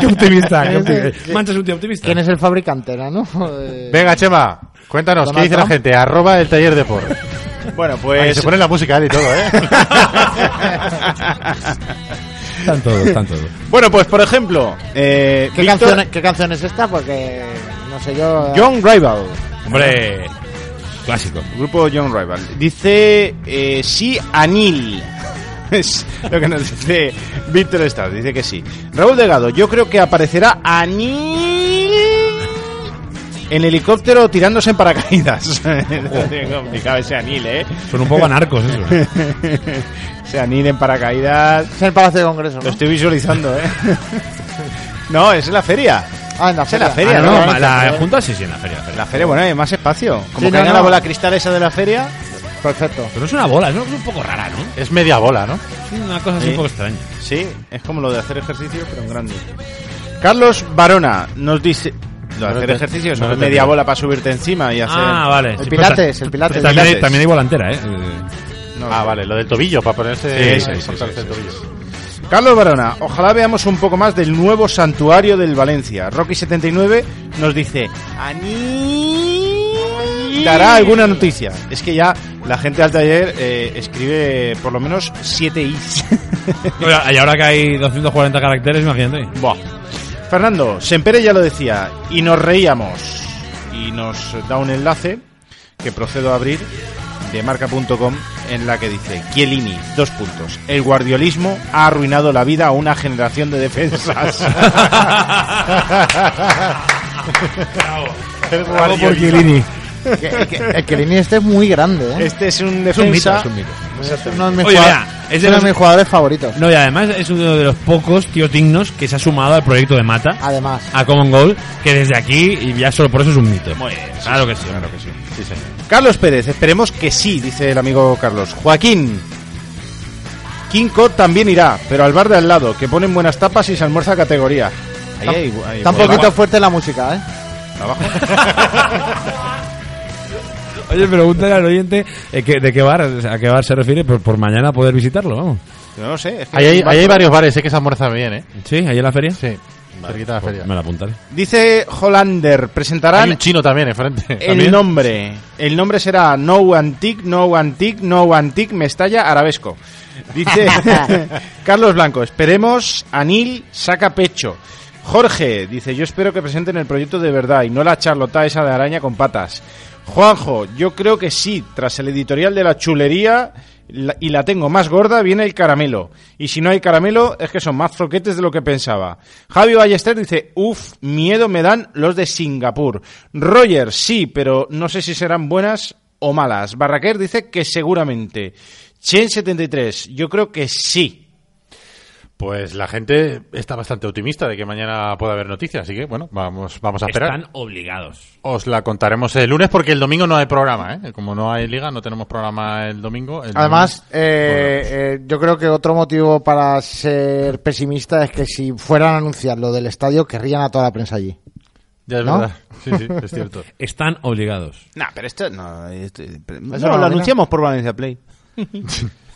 qué optimista, qué optimista. Mancha es un tío optimista.
¿Quién es el fabricante, no? Eh,
Venga, Chema, cuéntanos, ¿qué
Donald
dice la
Trump.
gente? Arroba el taller de por.
Bueno,
Ahí
pues.
se pone la música él y todo, ¿eh?
Están todos, están todos.
Bueno, pues por ejemplo, eh,
¿Qué,
Víctor-
canción, ¿Qué canción es esta? Porque no sé yo. eh,
John Rival,
Hombre, clásico.
grupo John Rival, dice eh, sí a Neil. Es lo que nos dice Víctor Estado, dice que sí. Raúl Delgado, yo creo que aparecerá Anil en helicóptero tirándose en paracaídas. Es complicado ese Anil, ¿eh?
Son un poco anarcos Ah, eso.
Ese Anil en paracaídas.
Es el Palacio de Congreso.
Lo
¿no?
estoy visualizando, ¿eh? No, es en la feria.
Ah, en la
Es en la
feria.
feria,
Ah,
¿no?
no, la junta sí, sí, en la feria. la
En
feria.
la feria, bueno, hay más espacio.
Sí,
Como que
no,
hagan la
no.
bola cristal esa de la feria.
Perfecto.
Pero es una bola, es un poco rara, ¿no?
Es media bola, ¿no?
Es una cosa así
Sí.
un poco extraña.
Sí, es como lo de hacer ejercicio, pero en grande. Carlos Barona nos dice... Lo de
No
hacer
te-
ejercicio es
no te
media
entiendo.
bola para subirte encima y hacer...
Ah, vale.
El
sí, pero
Pilates,
ta-
el Pilates.
También hay,
Pilates.
también hay volantera, ¿eh? Eh,
No,
Ah, vale, lo del tobillo, para ponerse...
Sí, sí, sí,
soltarse
sí,
el
sí,
tobillo.
Carlos Barona, ojalá veamos un poco más del nuevo santuario del Valencia. Rocky79 nos dice: "Ani- Dará alguna noticia. Es que ya la gente al taller eh, escribe por lo menos 7 is.
Y ahora que hay 240 caracteres, imagínate.
Buah. Fernando, Sempere ya lo decía, y nos reíamos. Y nos da un enlace que procedo a abrir de marca.com en la que dice Chiellini, dos puntos. El guardiolismo ha arruinado la vida a una generación de defensas. El guardiolismo.
Que- que- El Kelini este es muy grande, ¿eh?
Este es un
Es un mito,
defensa.
es un mito.
Es uno de mis,
Oye,
jugadores-
mira, es de
uno
los-
de mis jugadores favoritos.
No, y además es uno de los pocos tíos dignos que se ha sumado al proyecto de Mata,
Además.
a Common Goal, que desde aquí, y ya solo por eso es un mito. claro que sí.
Claro que sí. Carlos Pérez, esperemos que sí, dice el amigo Carlos. Joaquín. Kinko también irá, pero al bar de al lado, que ponen buenas tapas y se almuerza categoría. Ahí,
Ah,
hay- hay-
Está un
hay-
poquito fuerte la música, ¿eh?
abajo.
Oye, pregúntale al oyente eh, que- de qué bar, o sea, a qué bar se refiere, por, por mañana poder visitarlo, vamos.
Yo no sé. es que-
Ahí hay, ahí hay varios bares, sé que se almuerzan bien, ¿eh?
¿Sí? ¿Ahí en la feria? Pues
Sí, cerquita de la feria.
Me la apuntaré.
Dice Hollander,
Hay
presentarán
un chino también ¿eh? enfrente.
el
¿También?
nombre. El nombre será No Antique, No Antique, No Antique, Mestalla, Arabesco. Dice Carlos Blanco, esperemos, Anil saca pecho. Jorge dice, yo espero que presenten el proyecto de verdad y no la charlota esa de araña con patas. Juanjo, yo creo que sí, tras el editorial de la chulería la- y la tengo más gorda, viene el caramelo. Y si no hay caramelo, es que son más zoquetes de lo que pensaba. Javi Ballester dice, uff, miedo me dan los de Singapur. Roger, sí, pero no sé si serán buenas o malas. Barraquer dice que seguramente. Chen73, yo creo que sí.
Pues la gente está bastante optimista de que mañana pueda haber noticias, así que bueno, vamos, vamos a esperar.
Están obligados.
Os la contaremos el lunes porque el domingo no hay programa, ¿eh? Como no hay liga, no tenemos programa el domingo. El
Además,
lunes-
eh, eh, yo creo que otro motivo para ser pesimista es que si fueran a anunciar lo del estadio, querrían a toda la prensa allí.
Ya es
¿no?
verdad. Sí, sí, es cierto.
Están obligados.
Nah, pero esto no. esto- pero-
Eso no,
no, lo
mira.
anunciamos por Valencia Play.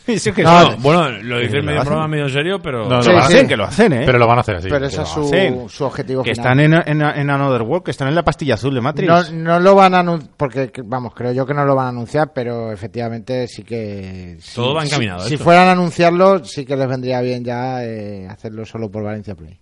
Eso que
No,
no.
Bueno, lo dices
lo
medio en
hacen.
broma, medio en serio, pero...
No,
Sí,
lo
sí.
hacen, que lo hacen, ¿eh?
Pero lo van a hacer así.
Pero ese
lo
es
hacen.
su, su objetivo
que
final.
están en, en, en Another World, que están en la pastilla azul de Matrix.
No, no lo van a anunciar, porque vamos, creo yo que no lo van a anunciar, pero efectivamente sí que... sí-
Todo va
sí-
encaminado a
Si,
esto.
fueran a anunciarlo, sí que les vendría bien ya eh, hacerlo solo por Valencia Play.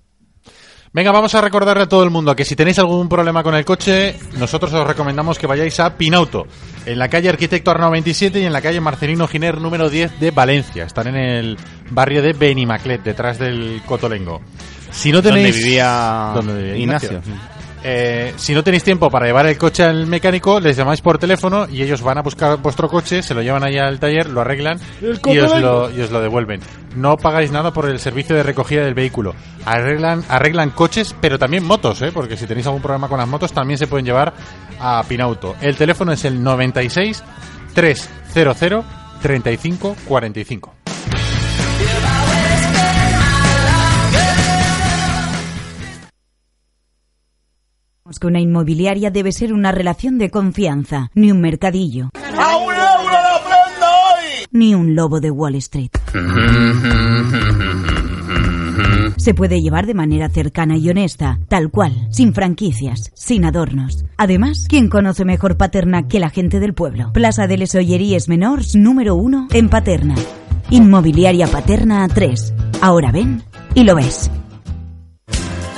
Venga, vamos a recordarle a todo el mundo a que si tenéis algún problema con el coche, nosotros os recomendamos que vayáis a Pinauto, en la calle Arquitecto Arnau 27 y en la calle Marcelino Giner número 10 de Valencia. Están en el barrio de Benimaclet, detrás del Cotolengo. Si no
Donde
tenéis
vivía
donde vivía
Ignacio. Mm.
Eh, si no tenéis tiempo para llevar el coche al mecánico, les llamáis por teléfono y ellos van a buscar vuestro coche, se lo llevan ahí al taller, lo arreglan y os lo, y os lo devuelven. No pagáis nada por el servicio de recogida del vehículo. Arreglan, arreglan coches, pero también motos, ¿eh? porque si tenéis algún problema con las motos, también se pueden llevar a Pinauto. El teléfono es el 96 300 35 45.
Que una inmobiliaria debe ser una relación de confianza, ni un mercadillo. Ni un lobo de Wall Street. Se puede llevar de manera cercana y honesta, tal cual, sin franquicias, sin adornos. Además, ¿quién conoce mejor Paterna que la gente del pueblo? Plaza de les Olleries Menors número 1 en Paterna. Inmobiliaria Paterna 3. Ahora ven y lo ves.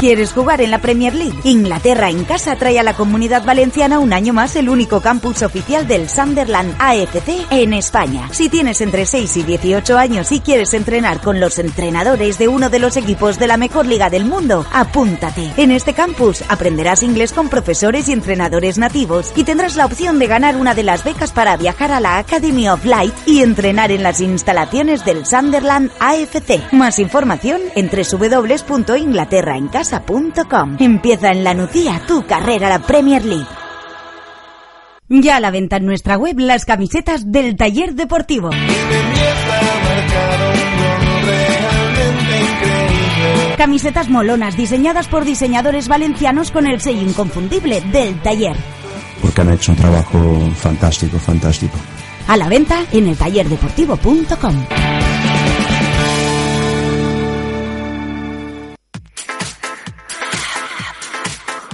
¿Quieres jugar en la Premier League? Inglaterra en casa trae a la comunidad valenciana un año más el único campus oficial del Sunderland AFC en España. Si tienes entre 6 y 18 años y quieres entrenar con los entrenadores de uno de los equipos de la mejor liga del mundo, apúntate. En este campus aprenderás inglés con profesores y entrenadores nativos y tendrás la opción de ganar una de las becas para viajar a la Academy of Light y entrenar en las instalaciones del Sunderland AFC. Más información en www.inglaterraencasa.com. Empieza en la Nucía tu carrera a la Premier League. Ya a la venta en nuestra web las camisetas del taller deportivo. Camisetas molonas diseñadas por diseñadores valencianos con el sello inconfundible del taller.
porque han hecho un trabajo fantástico, fantástico.
A la venta en el tallerdeportivo.com.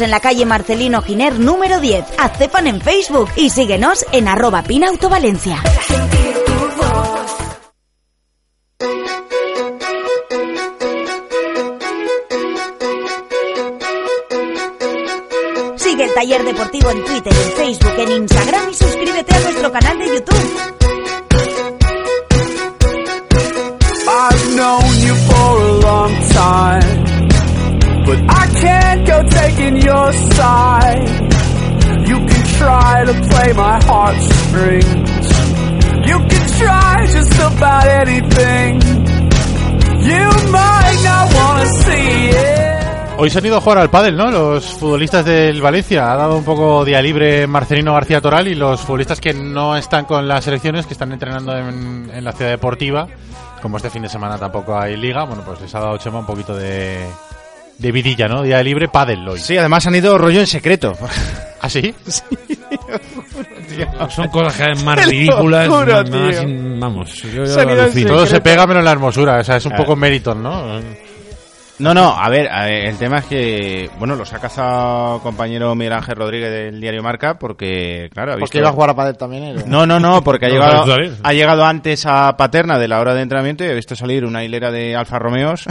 en la calle Marcelino Giner número 10. Haz cepan en Facebook y síguenos en arroba pinauto valencia. Sigue el taller deportivo en Twitter, en Facebook, en Instagram y suscríbete a nuestro canal de YouTube.
I've known you for a long time, but I can't go taking your side. You can try to play my heartstrings. You can try just about anything. You might not wanna see it.
Hoy se han ido a jugar al pádel, ¿no? Los futbolistas del Valencia. Ha dado un poco día libre Marcelino García Toral y los futbolistas que no están con las selecciones, que están entrenando en, en la ciudad deportiva, como este fin de semana tampoco hay liga, bueno, pues les ha dado Chema un poquito de, de vidilla, ¿no? Día libre pádel hoy.
Sí, además han ido rollo en secreto.
¿Ah, sí?
Ah, Son cosas que más
lo
ridículas.
juro,
más- más-
tío.
vamos, yo, yo
Se han ido en
alucino.
Todo se pega menos la hermosura, o sea, es un poco mérito, ¿no?
No, no, a ver, a ver, el tema es que, bueno, los ha cazado compañero Miguel Ángel Rodríguez del diario Marca porque, claro, ha visto...
Porque iba a jugar a pádel también él. ¿eh?
No, no, no, porque ha
No,
llegado,
para salir.
ha llegado antes a Paterna de la hora de entrenamiento y ha visto salir una hilera de Alfa Romeos.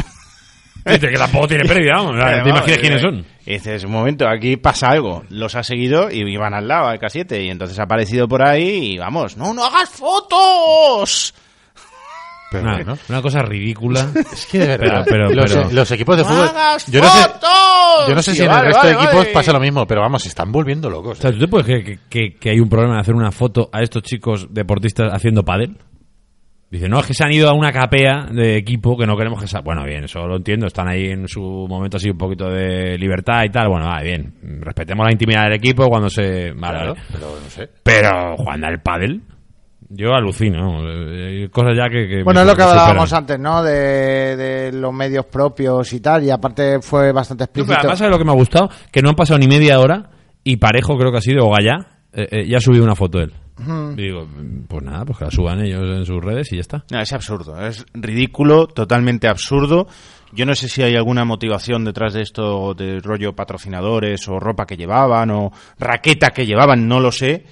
Dice que tampoco tiene pérdida, vamos, ¿te
Además,
imaginas
eh,
quiénes son?
y dices, un momento, aquí pasa algo. Los ha seguido y iban al lado, al K7, y entonces ha aparecido por ahí y vamos, no, no hagas fotos.
Una, una cosa ridícula.
Es que de verdad,
Pero, pero,
los,
pero-
los equipos de
¡No
fútbol.
hagas
Yo no sé,
fotos!
yo no sé
Sí,
si en
vale,
el resto de
vale,
equipos
vale.
pasa lo mismo, pero vamos, se están volviendo locos.
O sea, ¿tú te puedes creer que, que- que hay un problema de hacer una foto a estos chicos deportistas haciendo pádel? Dice, no, es que se han ido a una capea de equipo que no queremos que sea. Bueno, bien, eso lo entiendo. Están ahí en su momento así un poquito de libertad y tal. Bueno, ah, bien. Respetemos la intimidad del equipo cuando se. Vale,
Claro,
vale.
pero no sé.
Pero, Juan, al pádel. Yo alucino. eh, eh, Cosas ya que. que
Bueno,
me-
es lo que
me superan.
hablábamos antes, ¿no? De, de los medios propios y tal, y aparte fue bastante
No,
explícito.
pero además, ¿sabes lo que me ha gustado? Que no han pasado ni media hora y Parejo, creo que ha sido, o Gallá, eh, eh, ya ha subido una foto él.
Ujú.
Y digo, pues nada, pues que la suban ellos en sus redes y ya está.
No, es absurdo, es ridículo, totalmente absurdo. Yo no sé si hay alguna motivación detrás de esto, de rollo patrocinadores o ropa que llevaban o raqueta que llevaban, no lo sé.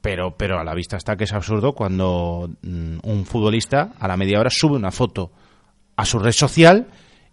Pero, pero a la vista está que es absurdo cuando mm, un futbolista a la media hora sube una foto a su red social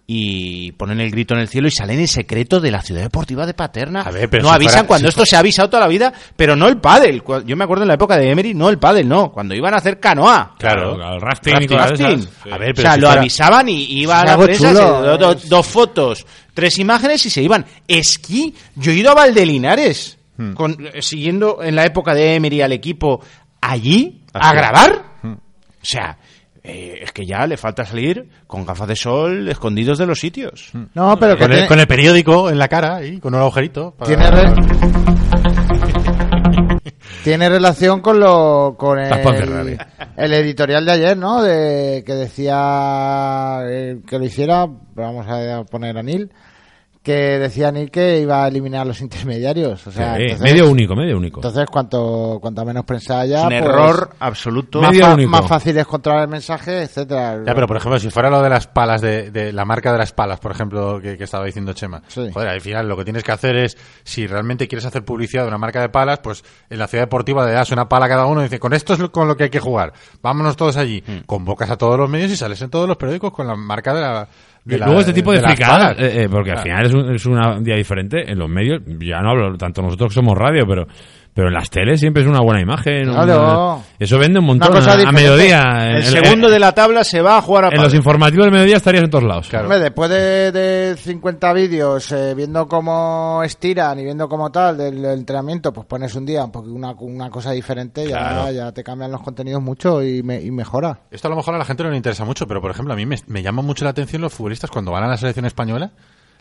y ponen el grito en el cielo y salen en secreto de la ciudad deportiva de Paterna.
A ver, pero
no
si
avisan
fuera-
cuando
si
esto se ha avisado toda la vida, pero no el pádel. Cu- Yo me acuerdo en la época de Emery, no el pádel, no. Cuando iban a hacer canoa.
Claro,
Claro, el rafting y
Rafting,
cosas de
rafting.
esas. Sí.
A ver,
O
pero
sea,
si
lo
fuera-
avisaban y y iba a la
Algo
prensa,
chulo,
se- do- do-
es.
dos fotos, tres imágenes y se iban. Esquí, yo he ido a Valdelinares, con, eh, siguiendo en la época de Emery al equipo, allí, a
Así.
grabar. O sea, eh, es que ya le falta salir con gafas de sol escondidos de los sitios.
No, pero que
Con el,
tiene,
con el periódico en la cara y con un agujerito. para-
tiene, re- tiene relación con lo con
Estás pa'
el,
Ferrari.
el editorial de ayer, ¿no? De que decía eh, que lo hiciera, pero vamos a poner a Neil, que decía Neil que iba a eliminar los intermediarios, o sea,
Sí,
entonces,
medio único, medio único.
entonces cuanto cuanta menos prensa
Es
haya,
un
pues,
error absoluto.
más,
Medio
fa-
único.
más fácil es controlar el mensaje, etcétera.
Ya, pero por ejemplo, si fuera lo de las palas, de, de la marca de las palas, por ejemplo, que, que estaba diciendo Chema.
Sí.
Joder, al final lo que tienes que hacer es, si realmente quieres hacer publicidad de una marca de palas, pues en la ciudad deportiva le das una pala a cada uno y dice, con esto es lo- con lo que hay que jugar. Vámonos todos allí. Convocas a todos los medios y sales en todos los periódicos con la marca de la...
Y
de la-
luego este tipo de,
las
fricadas,
palas.
eh, eh, porque
Claro.
al final es un, es una- un día diferente en los medios, ya no hablo tanto nosotros que somos radio, pero pero en las teles siempre es una buena imagen. una-
Claro.
eso vende un montón
Una cosa
a, a
diferente.
mediodía. en-
El
en-
segundo de la tabla se va a jugar a
en los
pádel.
informativos del mediodía estarías en todos lados.
Hombre, después de, de 50 vídeos eh, viendo cómo estiran y viendo cómo tal del entrenamiento, pues pones un día un poco- una, una cosa diferente, ya, ya te cambian los contenidos mucho y, me- y mejora.
Esto a lo mejor a la gente no le interesa mucho, pero por ejemplo, a mí me, me llama mucho la atención los futbolistas cuando van a la selección española.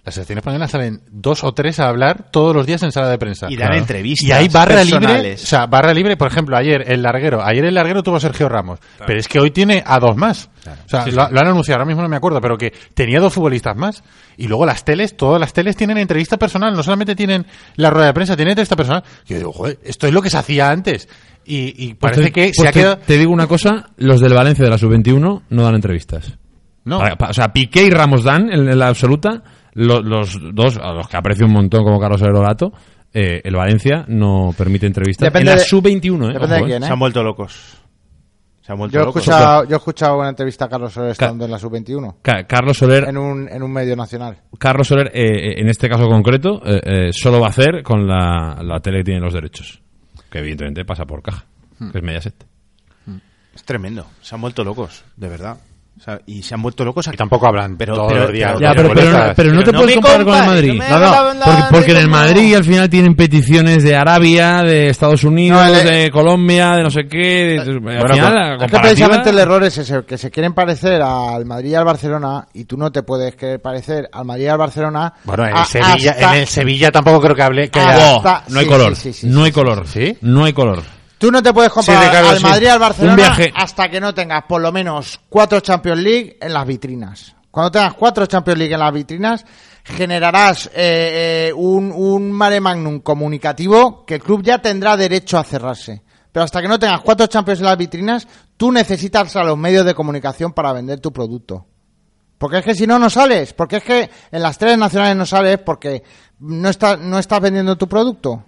La selección española salen dos o tres a hablar todos los días en sala de prensa.
Y dan entrevistas
Y hay barra libre. O
personales.
sea, barra libre, por ejemplo, ayer el larguero. Ayer el larguero tuvo a Sergio Ramos. Pero es que hoy tiene a dos más. O sea, lo, lo han anunciado, ahora mismo no me acuerdo, pero que tenía dos futbolistas más. Y luego las teles, todas las teles tienen entrevista personal. No solamente tienen la rueda de prensa, tienen entrevista personal. Y yo digo, joder, esto es lo que se hacía antes. Y, y
Pues
parece
te-
que se
pues
ha
te-
quedado.
Te digo una cosa, los del Valencia de la sub-21 no dan entrevistas.
No.
Para- pa- o sea, Piqué y Ramos dan en, en la absoluta, lo- los dos, a los que aprecio un montón como Carlos Aerogato, eh, el Valencia no permite entrevistas.
Depende
en la
de-
sub-21, ¿eh?
depende de quién, ¿eh?
Se han vuelto locos. Se han vuelto
Yo he,
locos.
escuchado, yo he escuchado una entrevista a Carlos Soler
Ca-
estando en la sub-21,
Ca- Carlos Soler
en un, en un medio nacional.
Carlos Soler, eh, eh, en este caso concreto, eh, eh, solo va a hacer con la, la tele que tiene los derechos. Que evidentemente pasa por caja,
Hmm.
que es Mediaset.
Es tremendo. Se han vuelto locos, de verdad. O sea, y se han vuelto locos aquí.
Y tampoco hablan
Pero-
todos
pero-
los días.
Ya,
de
pero- pero-
futbolistas.
pero- no me compares, no me
No, no,
hagas
porque,
hablar
porque en
de
el
cómo-
Madrid al final tienen peticiones de Arabia, de Estados Unidos,
No, el-
de Colombia, de no sé qué. de- al final, la
pues, Es que
comparativa-
precisamente el error es ese, que se quieren parecer al Madrid y al Barcelona y tú no te puedes querer parecer al Madrid y al Barcelona.
Bueno, en,
a-
el Sevilla,
Ah, hasta-
en el Sevilla tampoco creo que hable. Que haya-
Ah,
Oh,
Hasta-
no hay
sí,
color,
sí, sí, sí,
no hay color, no hay color.
Tú no te puedes comparar
Sí, Ricardo,
al
sí.
Madrid y al Barcelona
Un viaje.
hasta que no tengas por lo menos cuatro Champions League en las vitrinas. Cuando tengas cuatro Champions League en las vitrinas, generarás eh, eh, un, un mare magnum comunicativo que el club ya tendrá derecho a cerrarse. Pero hasta que no tengas cuatro Champions en las vitrinas, tú necesitas a los medios de comunicación para vender tu producto. Porque es que si no, no sales. Porque es que en las tres nacionales no sales porque no, está, no estás vendiendo tu producto.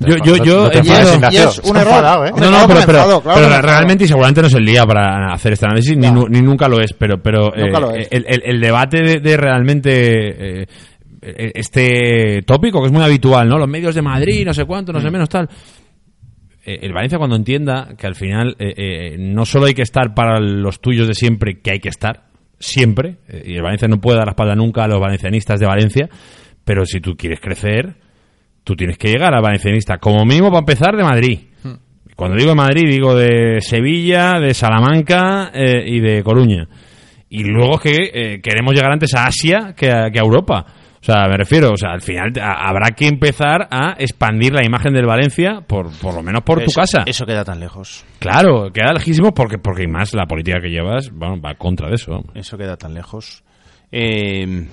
Yo, yo, yo,
no te
eh,
enfades,
yo-
Ignacio. Y es un
Se ha
error.
enfadado, ¿eh?
Hombre,
No, no,
claro
pero,
que me
pero-
enfado, claro
pero
que me
realmente y seguramente no es el día para hacer este análisis, ni, nu- ni nunca lo es, pero, pero eh,
Nunca lo es.
El, el- el debate de, de realmente eh, eh, este tópico, que es muy habitual, ¿no? Los medios de Madrid, no sé cuánto,
Mm.
no sé menos, tal. Eh, El Valencia cuando entienda que al final eh, eh, no solo hay que estar para los tuyos de siempre, que hay que estar, siempre, eh, y el Valencia no puede dar la espalda nunca a los valencianistas de Valencia, pero si tú quieres crecer, tú tienes que llegar a valencianista, como mínimo para empezar de Madrid.
Hmm.
Cuando digo de Madrid, digo de Sevilla, de Salamanca eh, y de Coruña. Y luego es que eh, queremos llegar antes a Asia que a, que a Europa. O sea, me refiero, o sea, al final a- habrá que empezar a expandir la imagen del Valencia, por, por lo menos por tu
Eso-
casa.
Eso queda tan lejos.
Claro, queda lejísimo porque, porque y más la política que llevas bueno, va contra de eso.
Eso queda tan lejos. Eh,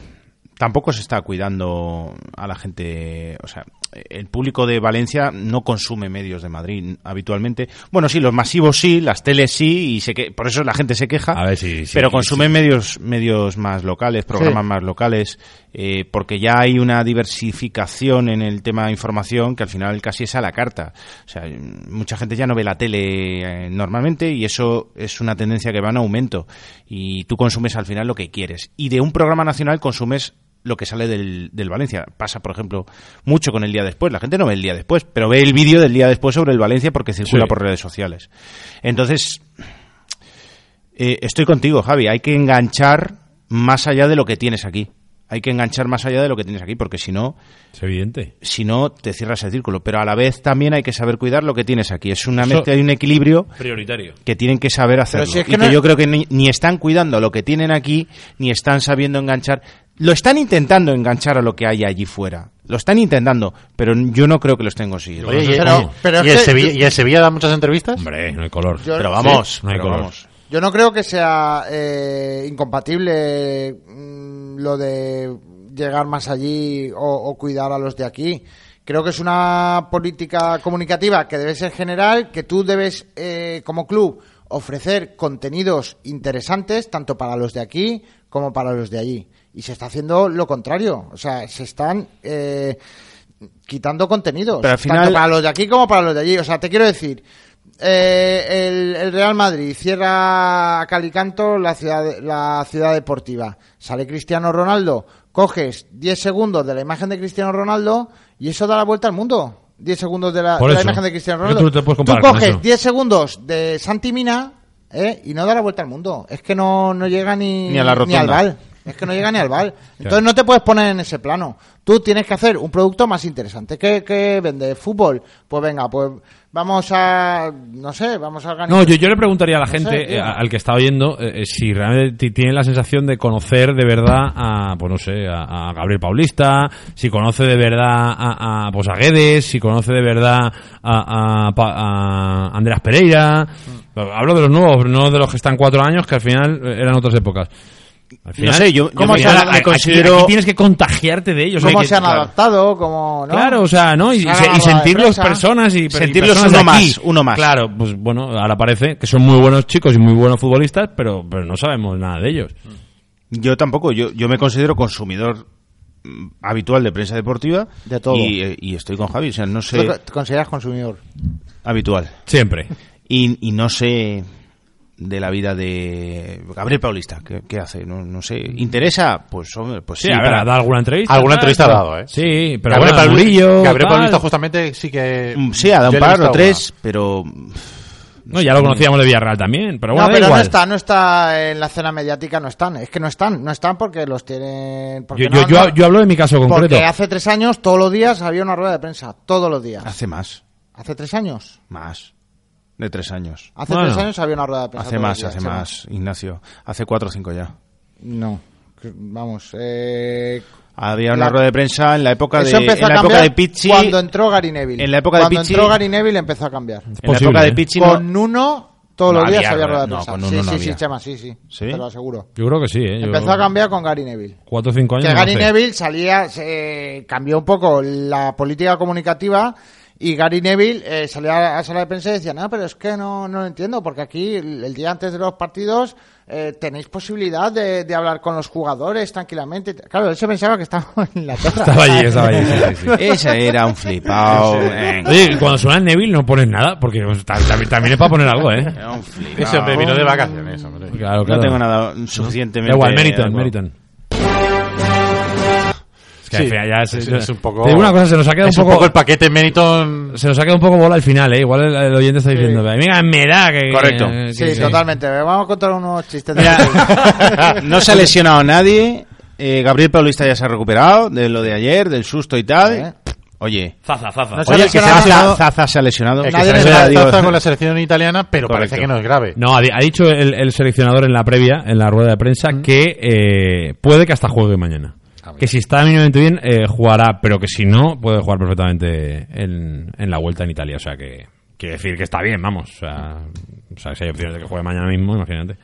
tampoco se está cuidando a la gente. O sea, el público de Valencia no consume medios de Madrid habitualmente. Bueno, sí, los masivos sí, las teles sí, y se que, por eso la gente se queja.
A ver si... si-
Ah, pero
si-
consume medios medios más locales, programas más locales, eh, porque ya hay una diversificación en el tema de información que al final casi es a la carta. O sea, mm, mucha gente ya no ve la tele eh, normalmente y eso es una tendencia que va en aumento. Y tú consumes al final lo que quieres. Y de un programa nacional consumes lo que sale del, del Valencia. Pasa, por ejemplo, mucho con el día después. La gente no ve el día después, pero ve el vídeo del día después sobre el Valencia porque circula
Sí.
por redes sociales. Entonces, eh, estoy contigo, Javi. Hay que enganchar más allá de lo que tienes aquí. Hay que enganchar más allá de lo que tienes aquí, porque si no,
Es evidente.
si no te cierras el círculo. Pero a la vez también hay que saber cuidar lo que tienes aquí. Es una
Eso-
mezcla y un equilibrio
Prioritario.
que tienen que saber hacerlo.
si es que
y que
no-
yo creo que ni, ni están cuidando lo que tienen aquí, ni están sabiendo enganchar. Lo están intentando enganchar a lo que hay allí fuera. Lo están intentando, pero yo no creo que lo estén consiguiendo.
Oye, y-
Pero-
y-
pero
¿y,
es
el
que-
Sevilla, ¿Y el Sevilla da muchas entrevistas?
Hombre, no hay color.
Yo-
pero vamos,
Sí, no hay
pero
color.
vamos.
Yo no creo que sea eh, incompatible mm, lo de llegar más allí o, o cuidar a los de aquí. Creo que es una política comunicativa que debe ser general, que tú debes, eh, como club, ofrecer contenidos interesantes tanto para los de aquí como para los de allí. Y se está haciendo lo contrario. O sea, se están eh, quitando contenidos.
Pero al final-
tanto para los de aquí como para los de allí. O sea, te quiero decir, eh, el, el Real Madrid cierra a Calicanto la ciudad, la ciudad deportiva. Sale Cristiano Ronaldo, coges 10 segundos de la imagen de Cristiano Ronaldo y eso da la vuelta al mundo. 10 segundos de la,
Por
de la
eso.
imagen de Cristiano
Pero
Ronaldo.
tú no te puedes comparar con
coges
eso.
10 segundos de Santi Mina ¿eh? y no da la vuelta al mundo. Es que no, no llega ni,
Ni a la
al
rotonda.
bal. Es que no llega ni al bal. Entonces no te puedes poner en ese plano. Tú tienes que hacer un producto más interesante. ¿Qué, qué vende? ¿Fútbol? Pues venga, pues vamos a. No sé, vamos a organizar.
No, yo, yo le preguntaría a la gente,
sé, tío.
eh, a- al que está oyendo, eh, eh, si realmente ti- tiene la sensación de conocer de verdad a, pues no sé, a, a Gabriel Paulista, si conoce de verdad a, a, pues a Guedes, si conoce de verdad a, a Pa- a Andrés Pereira.
Mm.
Hablo de los nuevos, no de los que están cuatro años, que al final eh, eran otras épocas. Al
No sé, yo- yo
¿cómo
me-
se llama?
me
Aquí- aquí-
considero-
aquí tienes que contagiarte de ellos.
¿Cómo
hay que-
se han
claro.
adaptado? ¿Cómo, no? Ah,
Claro, o sea, ¿no? Y, y
Claro,
se- y
la
sentirlos
prensa.
personas y y
Sentirlos
personas de
uno
aquí.
más, uno más.
Claro, pues bueno, ahora parece que son muy buenos chicos y muy buenos futbolistas, pero, pero no sabemos nada de ellos.
Yo tampoco, yo, yo me considero consumidor mm, habitual de prensa deportiva
De todo.
Y, eh, y estoy con Javi, o sea, no
¿Tú
sé
te te consideras consumidor?
habitual
Siempre.
y, y no sé de la vida de Gabriel Paulista, ¿qué, qué hace? No, no sé, ¿interesa? Pues hombre, pues sí,
Sí, a ver,
para-
¿ha dado alguna entrevista?
Alguna
tal?
entrevista ha dado, ¿eh?
Sí, pero
Gabriel
bueno,
Paul-
Murillo,
Gabriel
tal.
Paulista justamente sí que...
Mm, sí, ha dado
yo
un
le he
par
visto
o tres, pero
No, ya lo conocíamos de Villarreal también, pero bueno,
no,
da
pero no
igual.
está, no está en la escena mediática, no están. Es que no están, no están porque los tienen. Porque
Yo,
no-
yo, yo,
no-
yo hablo de mi caso concreto.
Porque hace tres años, todos los días, había una rueda de prensa. Todos los días.
hace más,
¿Hace tres años?
más de tres años.
Hace
Bueno.
tres años había una rueda de prensa.
Hace
todos los
más,
días,
hace
Chema.
más, Ignacio. Hace cuatro o cinco ya.
No. Que- Vamos. Eh,
Había una
La-
rueda de prensa en la época de,
eso empezó
en
a
la época
cambiar
de Pichi.
cuando entró Gary Neville.
en la época de
Cuando
Pichi-
entró Gary Neville empezó a cambiar.
En la
Posible,
época
¿eh?
de Pichi no-
Con uno todos
No
los días
había
había rueda de
rueda- no,
prensa.
con uno
sí,
no
sí, sí,
había.
Chema, sí, sí,
¿Sí?
Te lo aseguro.
Yo creo que sí, ¿eh? Yo-
Empezó a cambiar con Gary Neville.
Cuatro o cinco años.
Que
no
Gary
sé.
Neville salía, se cambió un poco la política comunicativa Y Gary Neville eh, salía a la sala de prensa y decía, no, pero es que no, no lo entiendo, porque aquí el el día antes de los partidos eh, tenéis posibilidad de, de hablar con los jugadores tranquilamente. Claro, él se pensaba que estaba en la torre.
Estaba allí, estaba allí. sí, sí, sí.
Ese era un flipao. eh.
Oye, cuando suena Neville no pones nada, porque pues, también, también es para poner algo, ¿eh?
Era un flipao.
Ese hombre vino de vacaciones, hombre.
Claro,
No
claro.
tengo nada suficientemente.
Da igual, Meriton,
algo.
Meriton. Es que
Sí,
al final ya se-
es- es un poco-
Te digo una cosa, se nos ha quedado
Es
un poco...
el paquete Meriton.
se nos ha quedado un poco bola al final, ¿eh? Igual el, el oyente está diciendo, venga, me da que...
Correcto.
que-
Sí,
que-
totalmente. Vamos a contar unos chistes de...
Mira, no se ha lesionado nadie. eh, Gabriel Paulista ya se ha recuperado de lo de ayer, del susto y tal.
¿Eh?
Oye,
Zaza, zaza.
No se ha
oye, el que se ha
lesionado-
lesionado- Zaza se ha lesionado.
El que
Nadie
se
le
lesionó
da
la
Digo,
taza con la selección italiana, pero
Correcto.
parece que no es grave.
No, ha, di- ha dicho el, el seleccionador en la previa, en la rueda de prensa, que eh, puede que hasta juegue mañana.
Ah,
Que si está mínimamente bien, eh, jugará, pero que si no, puede jugar perfectamente en, en la vuelta en Italia. O sea, que quiere decir que está bien, vamos. O sea, o sea, si hay opciones de que juegue mañana mismo, imagínate.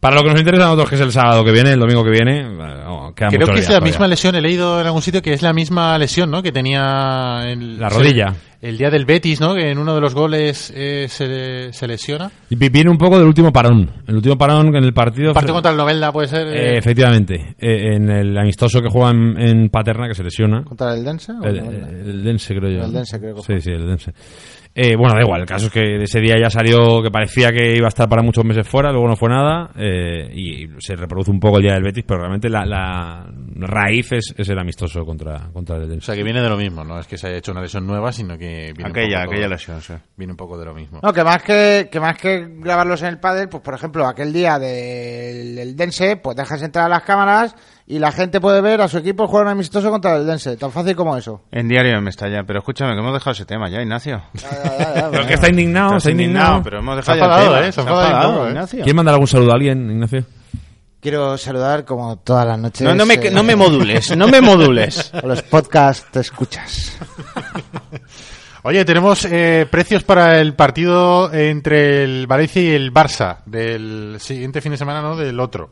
Para lo que nos interesa a nosotros, que es el sábado que viene, el domingo que viene, bueno, queda
Creo que es
muchos días
la
todavía.
misma lesión, he leído en algún sitio que es la misma lesión, ¿no? Que tenía el-
La rodilla.
El, día del Betis, ¿no? Que en uno de los goles eh, se, se lesiona.
Y vi- Viene un poco del último parón. El último parón en el partido...
Parte contra el Novelda puede ser. eh,
Eh, efectivamente. Eh, en el amistoso que juega en, en Paterna, que se lesiona.
¿Contra el Dense? o
El,
no?
el Dense, creo yo.
El Dense, creo que fue.
Sí, sí, el Dense. Eh, bueno, da igual. El caso es que de ese día ya salió que parecía que iba a estar para muchos meses fuera, luego no fue nada. eh, y, y se reproduce un poco el día del Betis, pero realmente la, la raíz es, es el amistoso contra, contra el
o
Dense.
sea, que viene de lo mismo, no es que se haya hecho una lesión nueva, sino que viene,
Aquella,
un, poco
aquella
todo-
lesión, sí.
viene un poco de lo mismo.
No, que más que, que más que grabarlos en el pádel, pues por ejemplo, aquel día del, del Dense, pues dejas entrar a las cámaras y la gente puede ver a su equipo jugar un amistoso contra el Dense. Tan fácil como eso.
En diario me está ya, pero escúchame, que hemos dejado ese tema ya, Ignacio.
Pero que está indignado,
Estás
está indignado.
pero hemos
Se ha
dejado ya
enfadado,
el tema.
¿eh? Se ha
Se ha
enfadado un
enfadado,
poco, ¿eh?
Ignacio.
¿Quiere mandar algún saludo a alguien, Ignacio?
Quiero saludar como todas las noches.
No, no, me,
eh,
no me modules, no me modules.
a Los podcasts te escuchas.
Oye, tenemos eh, precios para el partido entre el Valencia y el Barça del siguiente fin de semana, ¿no? Del otro.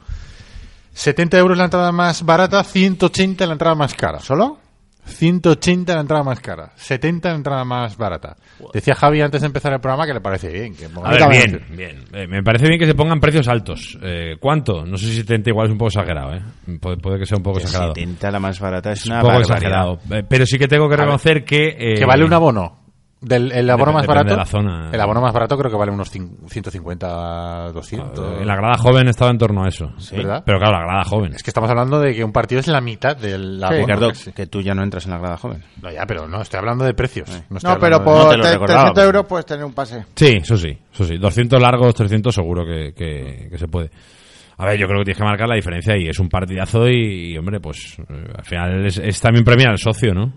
70 euros la entrada más barata, 180 la entrada más cara. ¿Solo? 180 la entrada más cara, 70 la entrada más barata. Decía Javi antes de empezar el programa que le parece bien. Que
A ver, bien, bien. Eh, me parece bien que se pongan precios altos. Eh, ¿Cuánto? No sé si 70 igual es un poco exagerado, ¿eh? Puede, puede que sea un poco exagerado.
70 la más barata es
Es
una
un poco
barbaridad.
exagerado. Eh, Pero sí que tengo que reconocer que... eh,
Que vale un abono. Del, el abono más
Depende-
barato.
depende de la zona.
El abono más barato creo que vale unos cin- 150, 200.
eh, En la grada joven estaba en torno a eso.
¿Verdad?
Pero claro, la grada joven.
Es que estamos hablando de que un partido es la mitad del abono.
Ricardo,
casi.
que tú ya no entras en la grada joven.
No, ya, pero no, estoy hablando de precios. No, estoy
No, pero
hablando de-
No
por
te lo
tre-
recordaba,
300
pero-
euros puedes tener un pase.
Sí, eso sí, eso sí. 200 largos, 300 seguro que, que- que se puede. A ver, yo creo que tienes que marcar la diferencia y es un partidazo y, y, hombre, pues eh, al final es, es también premiar al socio, ¿no?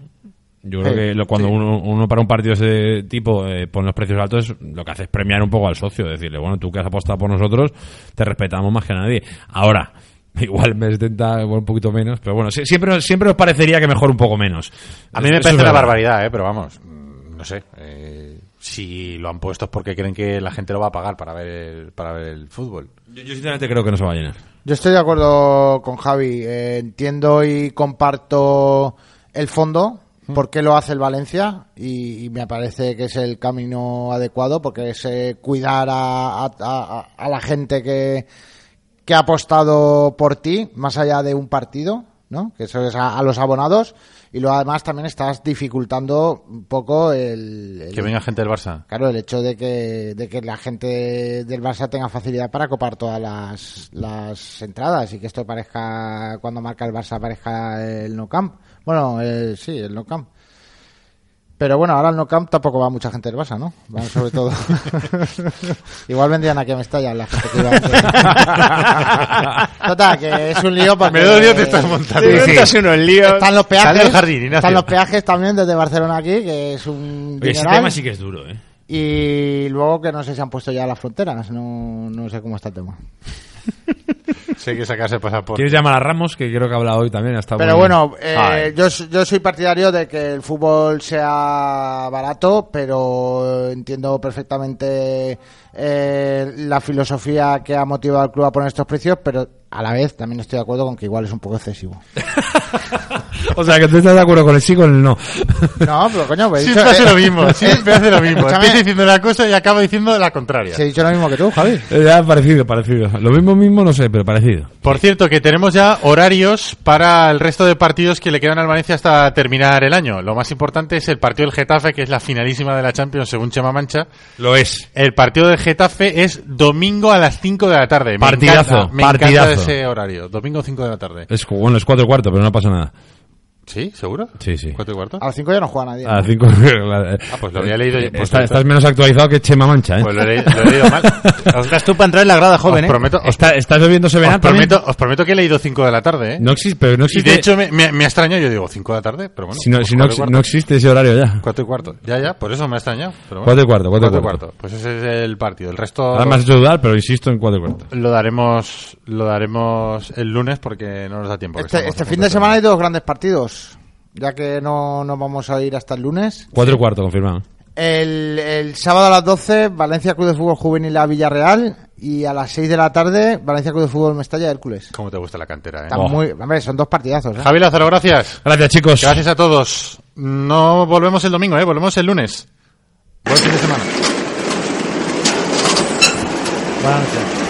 Yo creo
Sí,
que lo- cuando uno, uno para un partido de ese tipo eh, pone los precios altos, lo que hace es premiar un poco al socio, decirle, bueno, tú que has apostado por nosotros, te respetamos más que nadie. Ahora, igual me 70, bueno, un poquito menos, pero bueno, si- siempre, siempre os parecería que mejor un poco menos.
A mí me
Eso
parece
es
una
verdad.
barbaridad, ¿eh? pero vamos, mm, no sé. eh, si lo han puesto es porque creen que la gente lo va a pagar para ver el, para ver el fútbol.
Yo, yo sinceramente creo que no se va a llenar.
Yo estoy de acuerdo con Javi. Eh, entiendo y comparto el fondo, por qué lo hace el Valencia, y, y me parece que es el camino adecuado, porque es eh, cuidar a, a- a- a la gente que, que ha apostado por ti, más allá de un partido, ¿no? Que eso es a, a los abonados, y luego además también estás dificultando un poco el- el
Que venga gente del Barça.
Claro, el hecho de que, de que la gente del Barça tenga facilidad para copar todas las, las entradas y que esto parezca, cuando marca el Barça, parezca el No Camp. Bueno, eh, sí, el No Camp. Pero bueno, ahora el No Camp tampoco va mucha gente del Barça, ¿no? Van sobre todo. Igual vendrían aquí a Mestalla la gente que iba a Total, que es un lío porque...
Menudo lío te estás montando. Te montas
unos líos. Están los peajes.
Sal del jardín, Ignacio.
están los peajes también desde Barcelona aquí, que es un...
Oye, ese
dineral.
tema sí que es duro, ¿eh?
Y luego que no sé si han puesto ya las fronteras, no, no sé cómo está el tema.
Sé que sacarse el pasaporte.
¿Quieres llamar a Ramos? Que creo que ha hablado hoy también. Hasta
Pero bueno, eh, yo, s- yo soy partidario de que el fútbol sea barato, pero entiendo perfectamente eh, la filosofía que ha motivado al club a poner estos precios, pero a la vez también estoy de acuerdo con que igual es un poco excesivo.
O sea, que tú estás de acuerdo con el sí y con el no.
No, pero coño, pues he
Siempre
dicho-
hace lo mismo,
eh,
siempre hace lo mismo.
escúchame.
Empieza diciendo una cosa y acaba diciendo la contraria.
Se he dicho lo mismo que tú, Javi.
Eh, Ya, parecido, parecido. Lo mismo, mismo, no sé, pero parecido.
Por cierto, que tenemos ya horarios para el resto de partidos que le quedan al Valencia hasta terminar el año. Lo más importante es el partido del Getafe, que es la finalísima de la Champions, según Chema Mancha.
Lo es.
El partido del Getafe es domingo a las 5 de la tarde. Me
Partidazo,
encanta, me
partidazo.
encanta ese horario. Domingo 5 de la tarde.
es cu- bueno, es cuatro y cuarto, pero no pasa nada.
¿Sí? ¿Seguro?
Sí, sí. Ah,
¿Cuatro y cuarto?
A las 5 ya no juega nadie.
A las cinco. Ah,
pues lo había leído yo. Pues
Está-
está.
estás menos actualizado que Chema Mancha, ¿eh?
Pues lo he, leído- lo he leído mal. Os,
Estás tú para entrar en la grada, joven,
os
¿eh?
prometo, os,
Está- estás bebiendo
os
Severat también?
prometo, os prometo que he leído 5 de la tarde, ¿eh?
No existe, pero no
y
existe.
de hecho me, me, me ha extrañado, yo digo 5 de la tarde, pero bueno.
si no,
pues
si no,
cuatro y cuarto.
no existe ese horario ya.
Cuatro y cuarto. Ya, ya, por eso me ha extrañado. Pero bueno.
Cuatro y cuarto, cuatro y
Cuatro
cuarto.
Pues ese es el partido. El resto
Ahora me has hecho dudar, pero insisto en cuatro y cuarto.
lo daremos lo daremos el lunes porque no nos da tiempo. que
Este,
estamos
este
a
fin
punto
de semana hay dos grandes partidos. Ya que no nos vamos a ir hasta el lunes.
Cuatro y cuarto, confirmado.
El, el sábado a las 12, Valencia Club de Fútbol Juvenil a Villarreal. Y a las 6 de la tarde, Valencia Club de Fútbol Mestalla Hércules.
Cómo te gusta la cantera, eh.
Están muy, hombre, son dos partidazos. ¿eh?
Javi Lázaro, gracias.
Gracias, chicos.
Gracias a todos. No volvemos el domingo, eh, volvemos el lunes. Buen fin de semana.
Buenas noches.